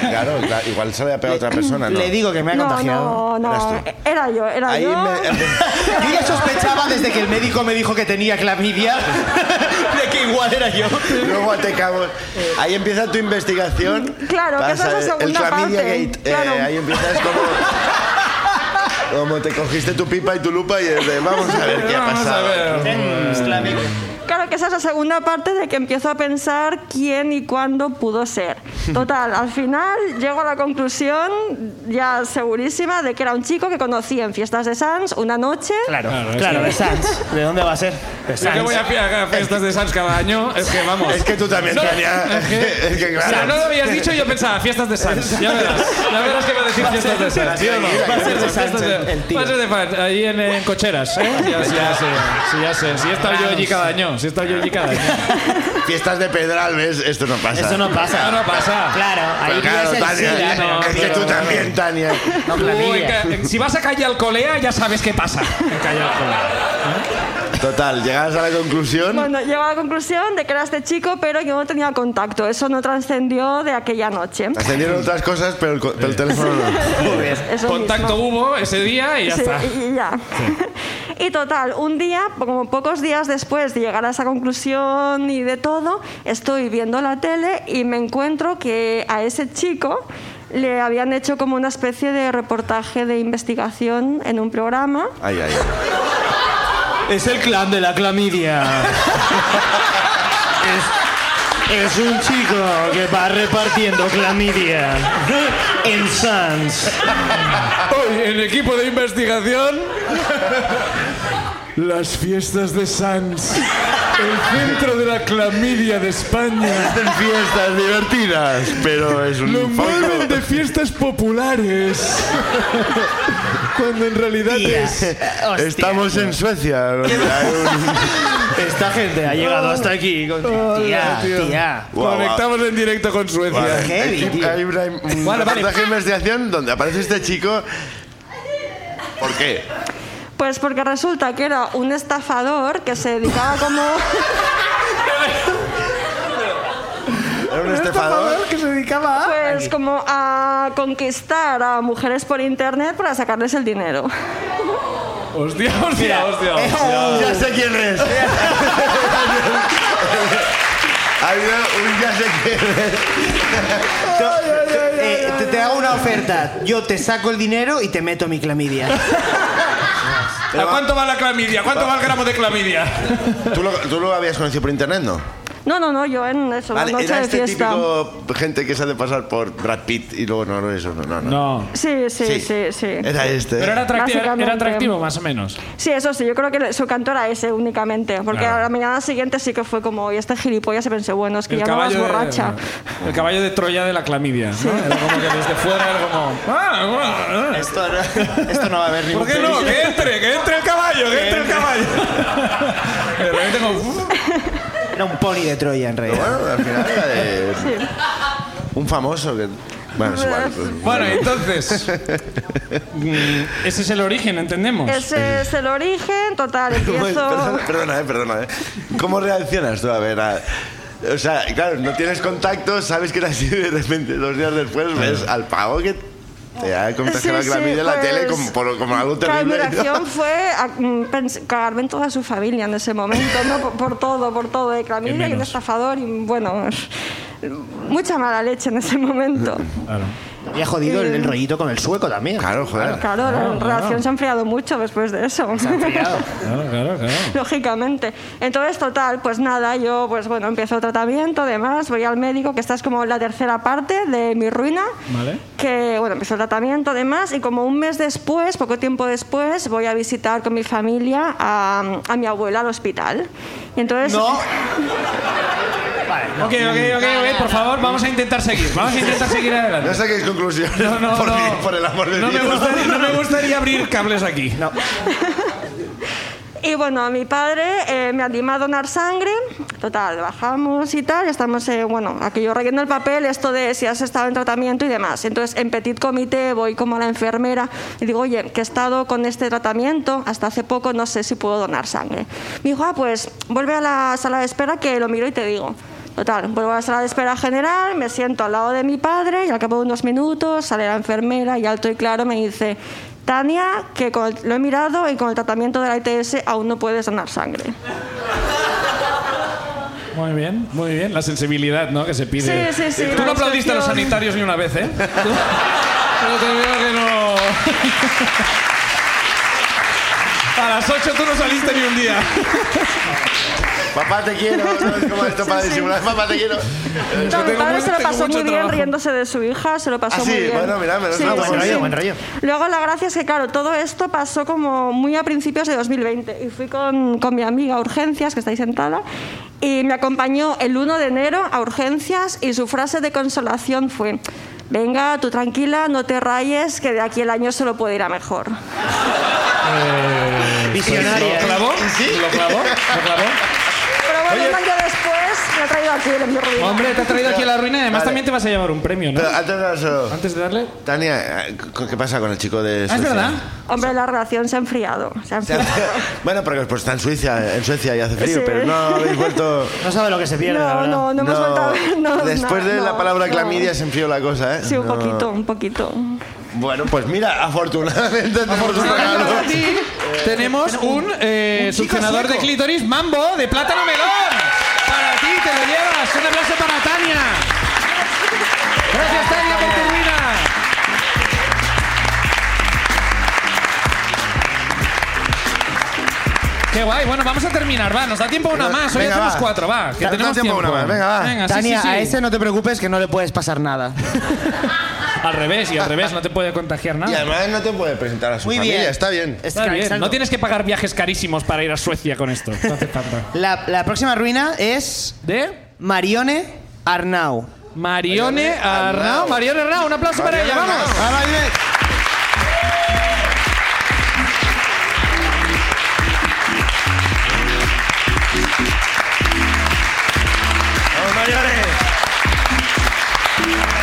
B: Claro, claro, igual se le ha pegado a otra persona, ¿no?
C: Le digo que me ha
F: no,
C: contagiado.
F: no, no,
B: Eras
F: era yo, era
B: Ahí
F: yo.
B: me... eh,
C: Yo ya sospechaba desde que el médico me dijo que tenía clamidia de que igual era yo.
B: Luego te cago. Ahí empieza tu investigación.
F: Claro, que
B: Vas
F: esa es la
B: a ver,
F: segunda
B: El Chlamydia
F: parte,
B: Gate. eh,
F: claro.
B: ahí empiezas como. Como te cogiste tu pipa y tu lupa y es de, vamos a ver qué ha
A: Vamos a
B: pasado.
A: ver.
F: Claro que esa es la segunda parte de que empiezo a pensar quién y cuándo pudo ser. Total, al final llego a la conclusión ya segurísima de que era un chico que conocí en fiestas de Sans una noche.
C: Claro,
A: Claro, es
C: claro,
A: que-
C: de Sans. ¿De dónde va a ser?
A: Yo
C: De
A: que
C: Sans.
A: voy a fiar a fiestas de Sans cada año, es que vamos.
B: Es que tú también,
A: No,
B: Tania.
A: es que-
B: Es que
A: O sea,
B: claro.
A: no lo habías dicho y yo pensaba, fiestas de Sans. Ya verás. Ya verás que va a decir fiestas de Sans. ¿sí o no?
B: Va a ser
C: de
A: Fiestas
C: Sans el- el tío.
A: Va a ser de Sans. Ahí en, en cocheras. ¿eh? Ya, sí, ya sé. Sí, ya sé. Si he estado yo allí cada año. Si he estado yo allí cada año.
B: Fiestas de pedral, ¿ves? Esto no pasa.
C: Eso no pasa.
A: Eso no pasa.
C: Claro, ahí
B: Pero claro,
C: es el
B: Tania.
C: SIDA,
A: no,
B: es que
A: pero-
B: tú también, Tania.
C: no
A: Tú, en
C: clamidia.
A: ca- en- si vas a Calle Alcolea, ya sabes qué pasa en Calle Alcolea.
B: Total, llegas a la conclusión.
F: Bueno, llego a la conclusión de que era este chico, pero yo no tenía contacto. Eso no trascendió de aquella noche.
B: Ascendieron otras cosas, pero el, co- pero el teléfono no.
F: Eso
A: Contacto
F: mismo.
A: hubo ese día y ya
F: Sí,
A: está.
F: y- y ya. Y total, un día, como pocos días después de llegar a esa conclusión y de todo, estoy viendo la tele y me encuentro que a ese chico le habían hecho como una especie de reportaje de investigación en un programa.
B: Ay, ay, ay.
C: Es el clan de la clamidia. es, es un chico que va repartiendo clamidia en Sans.
A: Hoy en equipo de investigación. Las fiestas de Sans. El centro de la clamidia de España.
B: Hacen fiestas divertidas, pero es un foco.
A: fiestas populares. Cuando en realidad
C: Hostia.
B: Estamos en Suecia. donde hay un-
C: Esta gente ha llegado hasta aquí. con- Tía,
A: tío.
C: tía.
B: Guau,
A: Conectamos en directo con Suecia.
B: Vale.
C: Heavy,
B: Aquí
C: tío.
B: Hay una, un
A: Vale, vale.
B: reportaje de investigación donde aparece este chico. ¿Por qué?
F: Pues porque resulta que era un estafador que se dedicaba como...
B: Era un estafador.
C: que se dedicaba
F: Pues como a conquistar a mujeres por internet para sacarles el dinero.
A: Hostia, hostia,
C: Eh, oh,
A: hostia.
B: Ya sé quién es. ha habido un ya sé quién es.
C: te, te hago una oferta. Yo te saco el dinero y te meto mi clamidia.
A: ¿A cuánto va la clamidia? ¿Cuánto va el gramo de clamidia?
B: ¿Tú lo, tú lo habías conocido por internet, ¿no?
F: No, no, no, yo en eso,
B: Vale,
F: una noche
B: era este
F: de fiesta.
B: típico gente que se hace pasar por Brad Pitt y luego no, no, eso, no, no. no.
A: No.
F: Sí, sí, sí, sí. Sí,
B: Era este.
A: Pero era atractivo,
F: Básicamente. um,
A: era atractivo más o menos.
F: eso sí, yo creo que su canto era ese únicamente, porque
A: Claro.
F: a la mañana siguiente sí que fue como, y este gilipollas se pensé, bueno, es que ya no vas borracha.
A: De, el caballo de Troya de la clamidia. ¿no? Era como que desde fuera era como. "Ah, bueno, ah".
C: Esto, no- esto no va a haber ningún
A: ¿Por qué no?
C: problema.
A: Que entre, que entre el caballo, que entre el caballo. De repente como.
C: Era un pony de Troya, en
B: Pero
C: realidad.
B: bueno, al final era de. Un famoso que. Bueno, es igual. pues,
A: Bueno, entonces. mm, Ese es el origen, entendemos.
F: Ese es el origen, total, empiezo...
B: Perdona, perdona, eh, perdona. eh. ¿Cómo reaccionas tú? A ver, a- o sea, claro, no tienes contacto, sabes que era así de repente dos días después ves al pavo que te ha contagiado
F: Sí,
B: la clamidia
F: sí,
B: en la
F: pues,
B: tele como, por- como algo
F: Claro, mi
B: terrible.
F: reacción fue a, mm, pens- cagarme en toda su familia en ese momento, ¿no? por, por todo, por todo, de clamidia y un
A: menos.
F: estafador y bueno, mucha mala leche en ese momento.
A: Claro.
C: Y ha jodido el, el rollito con el sueco también.
B: Claro, joder.
F: Claro, la relación se ha enfriado mucho después de eso.
C: Criado.
A: Claro, claro, claro.
F: Lógicamente. Entonces, total, pues nada, yo, pues bueno, empiezo tratamiento, además, voy al médico, que esta es como la tercera parte de mi ruina.
A: Vale.
F: Que, bueno, empiezo el tratamiento, además, y como un mes después, poco tiempo después, voy a visitar con mi familia a, a mi abuela al hospital. Y entonces.
C: No.
A: Ok, ok, ok, ok, por favor, vamos a intentar seguir. Vamos a intentar seguir adelante.
B: No saquéis conclusiones,
A: No, no,
B: por,
A: no.
B: Dios, por el amor de
A: no
B: Dios.
A: Me gustaría, no me gustaría abrir cables aquí.
F: Y bueno, mi padre eh, me animó a donar sangre. Total, bajamos y tal. Estamos, eh, bueno, aquí yo relleno el papel, esto de si has estado en tratamiento y demás. Entonces, en petit comité voy como a la enfermera y digo, oye, que he estado con este tratamiento hasta hace poco, no sé si puedo donar sangre. Me dijo, ah, pues vuelve a la sala de espera que lo miro y te digo. Total, vuelvo a la sala de espera general, me siento al lado de mi padre y al cabo de unos minutos sale la enfermera y alto y claro me dice, Tania, que con el- lo he mirado y con el tratamiento de la ITS aún no puedes donar sangre.
A: Muy bien, muy bien. La sensibilidad, ¿no? Que se pide.
F: Sí, sí, sí,
A: Tú
F: la
A: no aplaudiste a los
F: discreción.
A: sanitarios ni una vez, ¿eh? Pero te veo que no. A las 8 tú no saliste ni un día.
B: Papá, te quiero. ¿Sabes cómo esto para
F: Sí, sí.
B: disimular? Papá, te quiero. Eh,
F: No, mi
A: tengo
F: padre
A: mucho-
F: se lo
A: tengo
F: pasó
A: mucho
F: muy bien
A: trabajo.
F: riéndose de su hija, se lo pasó
B: Ah, sí,
F: muy bien.
B: bueno, mira, me lo
F: Sí,
B: suena
F: sí,
B: buen
F: sí.
B: rollo, buen
C: rollo.
F: Luego la gracia es que, claro, todo esto pasó como muy a principios de 2020 y fui con, con mi amiga a Urgencias, que está ahí sentada, y me acompañó el 1 de enero a Urgencias y su frase de consolación fue, venga, tú tranquila, no te rayes, que de aquí el año se lo puede ir a mejor.
C: Visionaria. ¿eh,
A: ¿Lo clavó? ¿Lo clavó? ¿Lo clavó?
F: Pero bueno,
A: Oye.
F: un año después me ha traído aquí el mi ruina.
A: Hombre, te has traído aquí a la ruina y además
B: Vale.
A: también te vas a llevar un premio, ¿no?
B: Pero antes de eso,
A: Antes de darle.
B: Tania, eh, ¿qué pasa con el chico de
A: Ah, es
B: Suecia?
A: verdad.
F: Hombre, la relación se ha enfriado. Se ha
B: Se hace-
F: enfriado.
B: bueno, porque pues está en Suecia, en Suecia y hace frío,
F: Sí.
B: pero no habéis vuelto.
C: No sabe lo que se pierde, la verdad.
F: No, no, no hemos vuelto a vernos.
B: Después de
F: nada,
B: la
F: no,
B: palabra
F: no.
B: clamidia se enfrió la cosa, ¿eh?
F: Sí, un
B: No.
F: poquito, un poquito.
B: Bueno, pues mira, afortunadamente tenemos un regalo.
A: Para ti tenemos un, eh, succionador de clítoris mambo de plátano melón. Para ti te lo llevas. Un aplauso para Tania. Gracias Tania por tu ruina. Qué guay. Bueno, vamos a terminar, va. Nos da tiempo una más. Hoy
B: Venga,
A: hacemos
B: va.
A: cuatro, va. Que
B: Da- da
A: tenemos
B: tiempo a una más. Venga, va.
A: Venga, Ah, sí,
C: Tania,
A: sí, sí.
C: a ese no te preocupes que no le puedes pasar nada.
A: Al revés, y al revés no te puede contagiar nada.
B: Y además no te puede presentar a su
C: Muy
B: familia,
C: bien.
B: está bien.
C: Es-
A: Está bien,
C: exacto.
A: No tienes que pagar viajes carísimos para ir a Suecia con esto. No hace falta.
C: La, la próxima ruina es
A: De
C: Marione Arnau.
A: Marione Arnau. Marione Arnau, un aplauso para ella, vamos.
B: Ahora viene- ¡Vamos, Marione!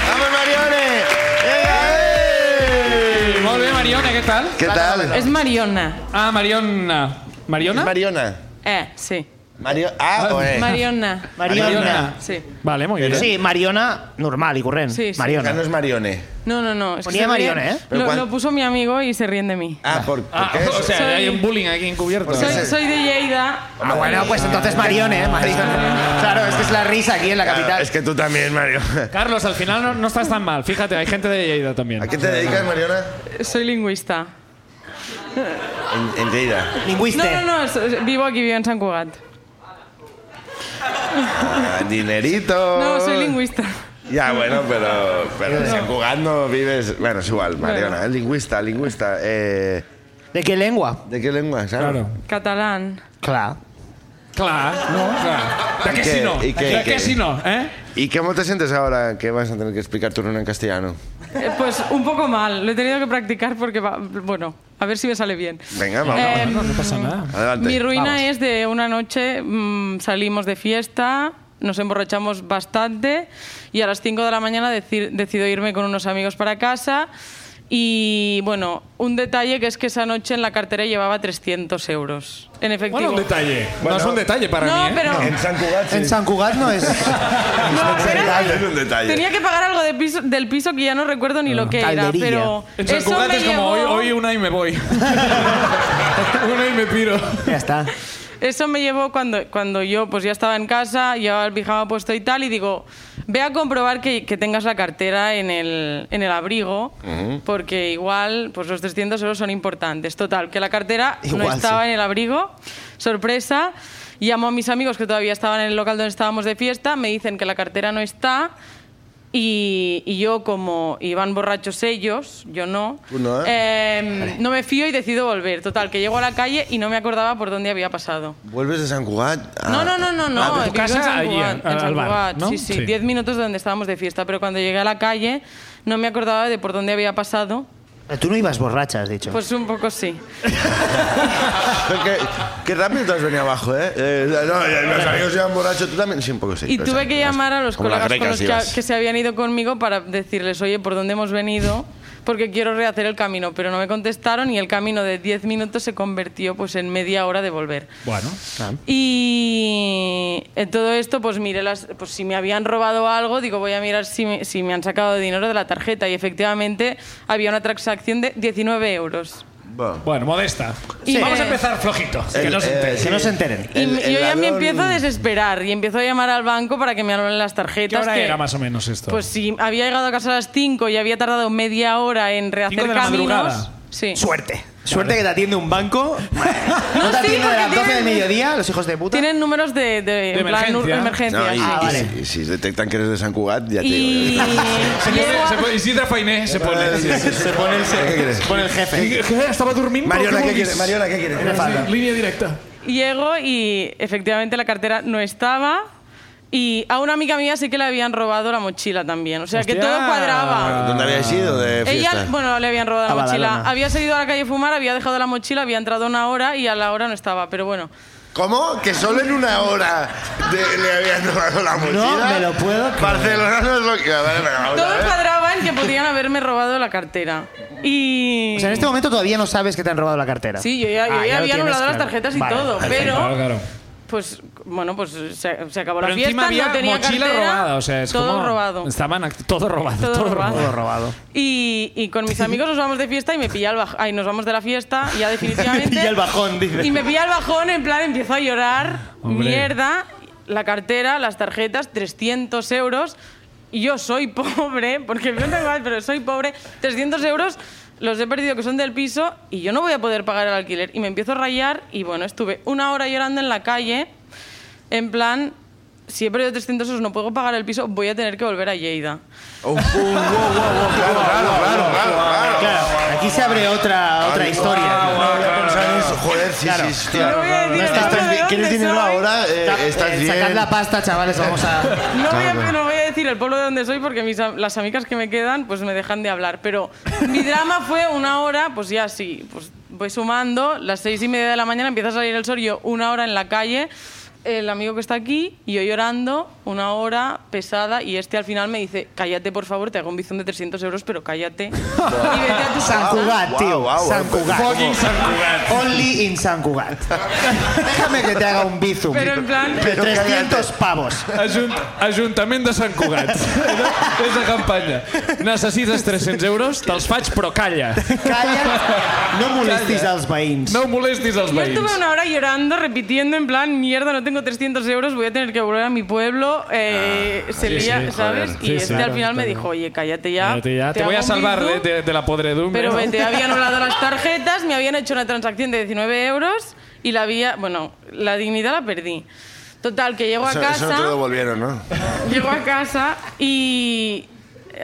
B: ¡Vamos, Marione! ¡Eh, eh!
A: Muy bien, Marione, ¿qué tal?
B: ¿Qué tal?
G: Es Mariona.
A: Ah, Mariona. ¿Mariona?
B: Mariona.
G: Eh, sí.
B: Mario ah, oye.
G: Mariona.
C: Mariona.
G: Sí.
A: Vale, muy bien.
C: Sí, Mariona normal y current.
G: Sí, sí.
B: Ya no
C: Mariona.
B: es Marione.
G: No, no, no. es que
C: Ponía
G: se
C: Mariona,
G: ríen-
C: ¿eh?
B: Pero
G: Lo,
B: cuan-
G: lo puso mi amigo y se ríen de mí.
B: Ah, ¿por, por
A: Ah,
B: qué?
A: o sea,
G: Soy-
A: hay un bullying aquí encubierto.
G: Soy, soy de Lleida.
C: Ah, bueno, pues entonces Marione, ¿eh? Mariona. Claro, es que es la risa aquí en la
B: Claro,
C: capital.
B: es que tú también, Mario.
A: Carlos, al final no, no estás tan mal. Fíjate, hay gente de Lleida también.
B: ¿A qué te dedicas, Mariona?
G: Soy lingüista.
B: En, en Lleida.
C: Lingüiste.
G: No, no, no. so- Vivo aquí, vivo en San Cugat.
B: Ah, dinerito.
G: No,
A: Ah.
G: soy lingüista.
B: Ya, bueno, pero, pero en San Cugat no vives. Bueno, es igual, Mariona.
G: Bueno.
B: Es lingüista, lingüista. Eh,
C: ¿De qué lengua?
B: ¿De qué lengua? ¿sabes?
A: Claro.
G: Catalán.
C: Claro.
A: Claro, ¿no? Claro. ¿De
B: ¿Y
A: qué
B: qué-
A: si no?
B: y qué-
A: ¿De
B: qué?
A: qué si no? ¿Eh?
B: ¿Y cómo te sientes ahora que vas a tener que explicar tu runa en castellano?
G: Eh, Pues un poco mal. Lo he tenido que practicar porque, va- bueno, a ver si me sale bien.
B: Venga, vamos.
G: Eh,
A: No, no pasa nada.
B: Adelante.
G: Mi ruina es de una noche, mm, salimos de fiesta, nos emborrachamos bastante y a las 5 de la mañana deci- decido irme con unos amigos para casa. Y bueno, un detalle que es que esa noche en la cartera llevaba 300 euros en efectivo.
A: Bueno, un detalle.
B: Bueno.
A: no es un detalle para
G: No,
A: mí, ¿eh?
G: pero,
B: En San Cugat, sí.
C: En San Cugat no es.
G: no,
B: Es un
G: pero
B: detalle, es un detalle.
G: tenía que pagar algo de piso- del piso que ya no recuerdo ni lo que
C: Calderilla.
G: era, pero
A: Ah. En San
G: eso
A: Cugat
G: me
A: es como hoy,
G: llevó-
A: hoy una y me voy. una y me piro.
C: Ya está.
G: Eso me llevó cuando, cuando yo pues ya estaba en casa, llevaba el pijama puesto y tal, y digo, ve a comprobar que, que tengas la cartera en el, en el abrigo, porque igual pues los 300 euros son importantes. Total, que la cartera no
C: Igual,
G: estaba
C: sí.
G: en el abrigo, sorpresa. Llamo a mis amigos que todavía estaban en el local donde estábamos de fiesta, me dicen que la cartera no está. Y, y yo, como iban borrachos ellos, yo no,
B: Tú no, ¿eh?
G: em, no me fío y decido volver. Total, que llego a la calle y no me acordaba por dónde había pasado.
B: ¿Vuelves de San Cugat? Ah.
G: No, no, no, no, no.
A: Ah, de tu
G: vivo en
A: casa
G: San
A: allí,
G: Cugat,
A: al-
G: en San
A: al bar,
G: Cugat,
A: ¿no?
G: Sí, sí,
A: Sí.
G: diez minutos de donde estábamos de fiesta, pero cuando llegué a la calle no me acordaba de por dónde había pasado.
C: Pero tú no ibas borracha, has dicho.
G: Pues un poco sí.
B: qué, qué rápido te has venido abajo, ¿eh? Eh, no, ya, los amigos iban borrachos, tú también. Sí, un poco sí.
G: Y
B: pero
G: tuve
B: sí,
G: que
B: ibas-
G: llamar a los
B: como las
G: colegas con
B: grecas
G: los que,
B: ibas.
G: que se habían ido conmigo para decirles, oye, ¿por dónde hemos venido? Porque quiero rehacer el camino, pero no me contestaron y el camino de 10 minutos se convirtió pues en media hora de volver.
H: Bueno,
G: Y en todo esto, pues miré las, pues si me habían robado algo, digo, voy a mirar si me, si me han sacado dinero de la tarjeta. Y efectivamente había una transacción de 19 euros.
B: Bueno.
H: bueno, modesta.
G: Y
H: Vamos a
G: me-
H: empezar flojito. que
B: El-
H: no se entere.
B: eh,
C: Que no se enteren.
G: Y
B: El-
G: me-
B: el
G: yo ya me
B: ladrón-
G: empiezo a desesperar y empiezo a llamar al banco para que me abran las tarjetas.
H: ¿Qué hora
G: que-
H: era más o menos esto?
G: Pues si había llegado a casa a las 5 y había tardado media hora en rehacer
H: Cinco de la
G: caminos.
H: madrugada.
G: Sí.
C: Suerte. Suerte que te atiende un banco. No te
G: sí,
C: atiende a
G: porque
C: las 12 del
G: tienen-
C: mediodía, los hijos de puta.
G: Tienen números de, de, en plan,
H: emergencia.
G: ur-
B: No,
G: emergencias,
B: y,
G: sí.
B: y
C: vale.
B: si- y si detectan que eres de San Cugat, ya te
G: Y-
B: digo.
H: Se
G: llego
H: pone,
G: a-
H: se pone- Isidre Fainé se pone.
B: Eh, Se pone el ¿Qué quieres?
C: Con el jefe.
H: ¿Qué? Estaba durmiendo.
B: Mariona, ¿qué
H: ¿Cómo
B: quieres?
H: vis?
B: Mariona, ¿qué quieres?
H: Línea directa.
G: Llego y efectivamente la cartera no estaba. Y a una amiga mía sí que le habían robado la mochila también. O sea que
H: Hostia. Ah,
G: todo cuadraba.
B: ¿Dónde habías ido de fiesta?
G: Ella, bueno, le habían robado la
C: A
G: mochila.
C: Badalona.
G: Había salido a la calle a fumar, había dejado la mochila, había entrado una hora y a la hora no estaba. Pero bueno,
B: ¿Cómo? ¿Que solo en una hora de- le habían robado la mochila?
C: me lo puedo creer.
B: Barcelona no es lo que... Vale, venga, vamos a
G: todo
B: ver.
G: cuadraba en que podían haberme robado la cartera. Y.
C: O sea, en este momento todavía no sabes que te han robado la cartera.
G: Sí, yo ya, yo
C: Ah, ya
G: ya
C: lo
G: había
C: tienes
G: anulado las
C: claro.
G: tarjetas y
C: Vale,
G: todo, pero
H: Claro, claro.
G: pues bueno, pues se, se acabó
H: Pero
G: la fiesta,
H: encima había
G: no tenía
H: mochila
G: cartera,
H: robada. O sea, es
G: todo
H: como-
G: robado.
H: Estaban act- todo robado.
G: Todo robado.
C: Todo robado.
G: Y, y con mis amigos nos vamos de fiesta y me pilla el bajón. Ay, nos vamos de la fiesta, ya definitivamente.
C: Me pilla el bajón, dice.
G: Y me pilla el bajón, en plan, empiezo a llorar.
H: Hombre.
G: Mierda. La cartera, las tarjetas, 300 euros. Y yo soy pobre, porque me da igual, pero soy pobre. 300 euros los he perdido, que son del piso, y yo no voy a poder pagar el alquiler. Y me empiezo a rayar, y bueno, estuve una hora llorando en la calle, en plan. Si he perdido 300 euros, no puedo pagar el piso, voy a tener que volver a Lleida.
B: Oh, oh, wow, wow, wow, claro, claro, claro, claro, claro.
C: Claro, aquí se abre otra, otra
B: Ay,
C: historia.
B: guau, guau, guau, pensar en eso. Joder, sí,
C: Claro.
B: sí, hostia.
G: No voy a decir
B: No
G: el nombre
B: estás
G: de
B: bien. ¿Quieres
G: dónde
B: dinero
G: soy.
B: ahora? Eh,
C: Está-
B: ¿Estás
C: eh,
B: bien?
C: Sacad la pasta, chavales, vamos a...
G: No voy, a,
B: Claro.
G: no voy a decir el pueblo de donde soy porque mis, am- las amigas que me quedan pues me dejan de hablar. Pero mi drama fue una hora, pues ya sí, pues voy sumando, las seis y media de la mañana empieza a salir el sol, yo una hora en la calle, el amigo que está aquí y yo llorando, una hora pesada y este al final me dice, cállate por favor, te hago un bizón de 300 euros, pero cállate. y vete a tu
C: San
G: casa".
C: Cugat,
B: Wow,
C: tío.
B: wow,
C: San
B: wow.
C: Cugat.
B: Fucking San Cugat.
C: Only in San Cugat. Déjame que te haga un bizum.
G: Pero en plan-
C: De 300 pavos.
H: Ajunt Ajuntament de Sant Cugat. és la campanya. Necessites 300 euros? Te'ls faig, però calla.
C: Calla, no molestis als veïns.
H: No molestis els
G: Yo estuve
H: veïns.
G: una hora llorando, repitiendo en plan, mierda, no tengo 300 euros, voy a tener que volver a mi pueblo. Eh, se
H: Ah, sí,
G: lía,
H: sí,
G: ¿sabes?
H: joder.
G: y
H: Sí,
G: este
H: sí.
G: al final me dijo, oye, cállate ya.
H: Espérate ya, Te voy a
G: hago un
H: salvar de,
G: bizum,
H: de, de la podredumbre.
G: Pero
H: ¿no?
G: vete, habían anulado las tarjetas, me habían hecho una transacción de 19 euros y la había, bueno, la dignidad la perdí. Total, que llego a
B: Eso,
G: casa...
B: eso no te lo devolvieron, ¿no?
G: Llego a casa y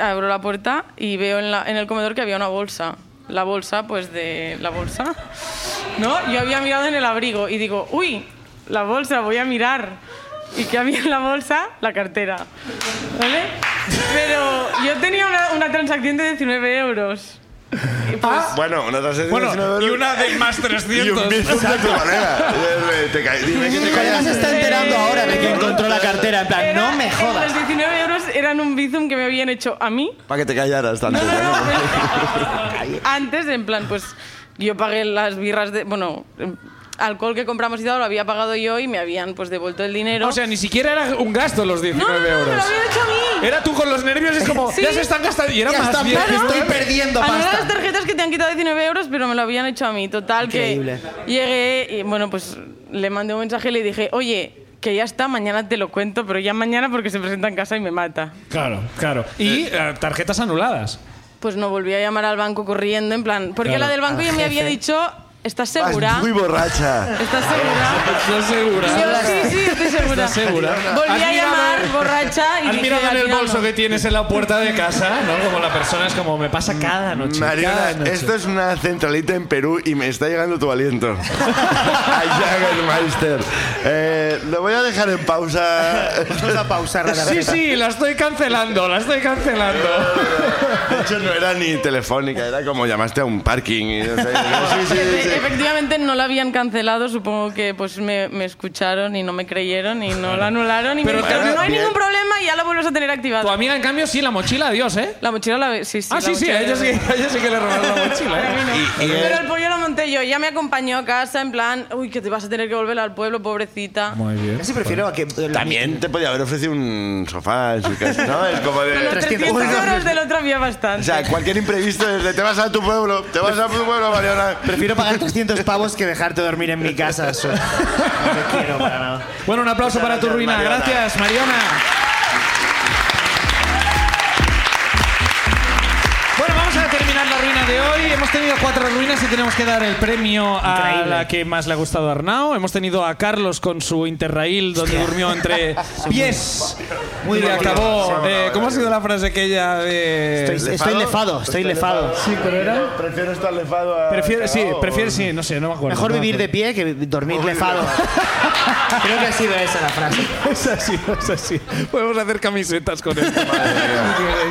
G: abro la puerta y veo en, la- en el comedor que había una bolsa. La bolsa, pues de la bolsa. ¿No? Yo había mirado en el abrigo y digo, uy, la bolsa, voy a mirar. ¿Y qué había en la bolsa? La cartera. ¿Vale? Pero yo tenía una, una transacción de 19 euros. Y pues,
B: Bueno, una transacción de 19
H: Bueno,
B: euros
H: y una de más
B: y un
H: 300.
B: bizum de tu colega. Eh, Te ca- Dime que te
C: Colega se está
B: callas.
C: enterando ahora de que encontró la cartera. En plan,
G: era-
C: Ah, no me jodas.
G: Los 19 euros eran un bizum que me habían hecho a mí
B: Para que te callaras tanto.
G: No, no,
B: ¿no?
G: no. Antes, en plan, pues yo pagué las birras de. Bueno, eh, alcohol que compramos y todo lo había pagado yo y me habían pues devuelto el dinero.
H: O sea, ni siquiera era un gasto los
G: no, no,
H: 19
G: no, me lo
H: euros.
G: habían hecho a
A: Eh,
G: mí.
H: Era tú con los nervios, es como,
G: Sí.
H: ya se están gastando. Y era
C: Ya
H: más
C: está,
H: bien.
C: claro. Estoy perdiendo
G: Anularon
C: pasta.
G: las tarjetas que te han quitado 19 euros, pero me lo habían hecho a mí. Total,
C: Increíble.
G: que llegué y bueno, pues le mandé un mensaje y le dije, oye, que ya está, mañana te lo cuento, pero ya mañana porque se presenta en casa y me mata.
H: Claro, claro. Y eh, tarjetas anuladas.
G: Pues no volví a llamar al banco corriendo, en plan, porque
H: Claro.
G: la del banco ya me había dicho, ¿estás
B: Vas
G: segura?
B: Ah, muy borracha.
G: ¿Estás segura?
H: Estás segura.
G: Y yo, sí, sí, estoy segura.
H: ¿Estás segura?
G: Volví
H: ¿Has
G: a llamar
H: mirado-
G: borracha y
H: ¿Has
G: dije,
H: mirado
G: "Al
H: en el
G: final
H: bolso
G: no".
H: que tienes en la puerta de casa? ¿No? Como la persona es como, me pasa cada noche. cada
B: Mariana,
H: noche.
B: esto es una centralita en Perú y me está llegando tu aliento. Allá Jägermeister. Eh, Eh, lo voy a dejar en pausa.
C: Vamos a pausar la
A: Sí,
C: tarjeta.
A: sí, la estoy cancelando, la estoy cancelando.
B: De hecho, no era ni telefónica, era como llamaste a un parking. y no sé, sí, sí,
G: Efe-
B: sí.
G: Efectivamente no la habían cancelado, supongo que pues me, me escucharon y no me creyeron y no la anularon y
A: Pero
G: me dijeron,
A: también-
G: no hay
B: Bien.
G: ningún problema y ya la vuelves a tener
A: Tu
G: activada.
A: amiga, en cambio, sí, la mochila, adiós, ¿eh?
G: La mochila la... ve- Sí, sí,
A: ah,
G: la
A: sí, sí,
G: mochila
A: a ella
G: la-
A: sí, a ella sí que le robaron la mochila. ¿eh?
B: Y- y
G: Pero
B: él-
G: el pollo lo monté yo, ya me acompañó a casa en plan, uy, que te vas a tener que volver al pueblo, pobrecita.
C: Casi prefiero a que... eh,
B: También te podía haber ofrecido un sofá en su casa, ¿no? Es como
G: Con los
B: de...
C: 300
G: 300
C: euros.
G: euros del otro había
B: O
G: bastante.
B: sea, cualquier imprevisto desde te vas a tu pueblo, te vas a tu pueblo, Mariona.
C: Prefiero pagar 300 pavos que dejarte dormir en mi casa. Eso. No te quiero para nada.
A: Bueno, un aplauso para tu
B: gracias,
A: ruina.
B: Mariona.
A: Gracias, Mariona. Bueno, vamos a terminar la ruina de hoy. Hemos tenido cuatro ruinas y tenemos que dar el premio a
C: Increíble.
A: la que más le ha gustado a Arnau. Hemos tenido a Carlos con su Interrail, donde durmió entre pies
C: muy
A: y le
C: divertido.
B: Sí,
A: acabó.
B: bueno,
A: de-
B: bueno,
A: ¿Cómo ha
B: bueno.
A: sido la frase aquella de...?
C: Estoy, estoy lefado, estoy lefado.
B: Sí, pero era... Prefiero estar lefado a...
A: Prefiero, sí,
B: cagao,
A: prefiero,
B: o-
A: sí, no sé, no me acuerdo.
C: Mejor
A: No me
C: vivir de
A: acuerdo.
C: pie que dormir lefado. Creo que ha sido esa la frase.
A: Es así, es así. Podemos hacer camisetas con esto.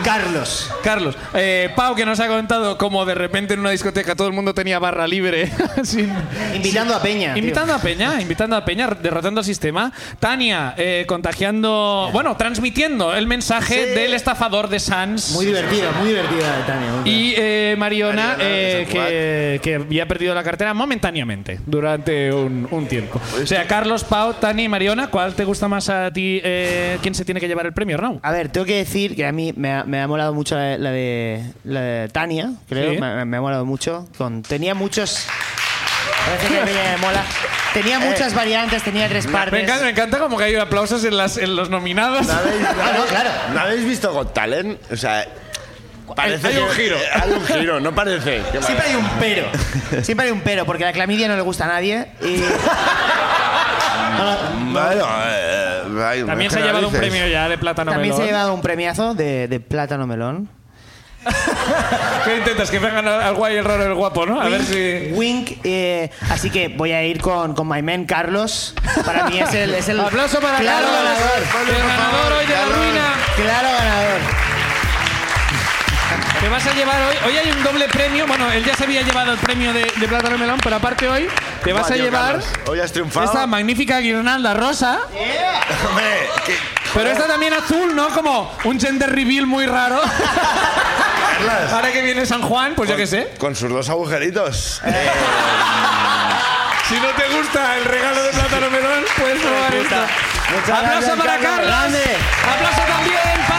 C: Carlos.
A: Carlos, eh, Pau que nos ha contado cómo de repente en una discoteca todo el mundo tenía barra libre. sin-
C: Invitando a Peña. tío.
A: Invitando a Peña, invitando a Peña, derrotando al sistema. Tania, eh, contagiando, bueno, transmitiendo el mensaje del estafador de Sans.
C: Muy divertido, muy divertida, Tania. muy
A: y eh, Mariona,
B: Mariona,
A: eh,
B: San Juan.
A: que, que había perdido la cartera momentáneamente, durante un, un tiempo. O sea, Carlos, Pau, Tania y Mariona, ¿cuál te gusta más a ti? eh, ¿Quién se tiene que llevar el premio, Arnau?
C: A ver, tengo que decir que a mí me ha, me ha molado mucho la, la de, la de Tania, creo.
A: Sí.
C: Me, me ha molado mucho. Con, tenía muchos. Parece que a mí me mola. Tenía
A: Eh.
C: muchas variantes, tenía tres
A: Me
C: partes.
A: encanta, me encanta como que hay aplausos en, las, en los nominados.
B: ¿No habéis,
C: Ah, no, claro.
B: ¿No habéis visto Got Talent? O sea, parece
A: Hay
B: que-
A: un giro.
B: Hay un giro, no parece. Qué mal.
C: Siempre hay un pero. Siempre hay un pero, porque la clamidia no le gusta a nadie. Y
B: Bueno, eh, hay un-
A: También se ha
B: ¿qué
A: llevado un
B: narices?
A: premio ya de plátano ¿eh?
C: también se ha
A: melón.
C: llevado un premiazo de, de plátano melón.
A: ¿Qué intentas? Que vengan al al guay, el raro, el guapo, ¿no? A ver si...
C: Wink. eh, así que voy a ir con, con my man Carlos. Para mí es el. Es el
A: Aplauso para
C: claro
A: Carlos,
C: ganador.
B: Ponle,
A: el
B: por
A: ganador
B: favor,
A: hoy de la
B: Carlos.
A: ruina.
C: Claro ganador.
A: Te vas a llevar hoy... Hoy hay un doble premio. Bueno, él ya se había llevado el premio de, de plátano melón, pero aparte hoy te vas a
B: Mario
A: llevar
B: Carlos, Hoy has triunfado.
A: esta magnífica guirnalda rosa,
B: Hombre, que-
A: pero esta también azul, ¿no? Como un gender reveal muy raro.
B: Carlas,
A: Ahora que viene San Juan, pues Ah, yo qué sé.
B: Con sus dos agujeritos.
A: Si no te gusta el regalo de pues plátano melón, puedes probar esta.
C: Muchas
A: Aplauso
C: gracias,
A: para
C: Carlos.
A: Carlos.
C: Grande.
A: Aplauso también para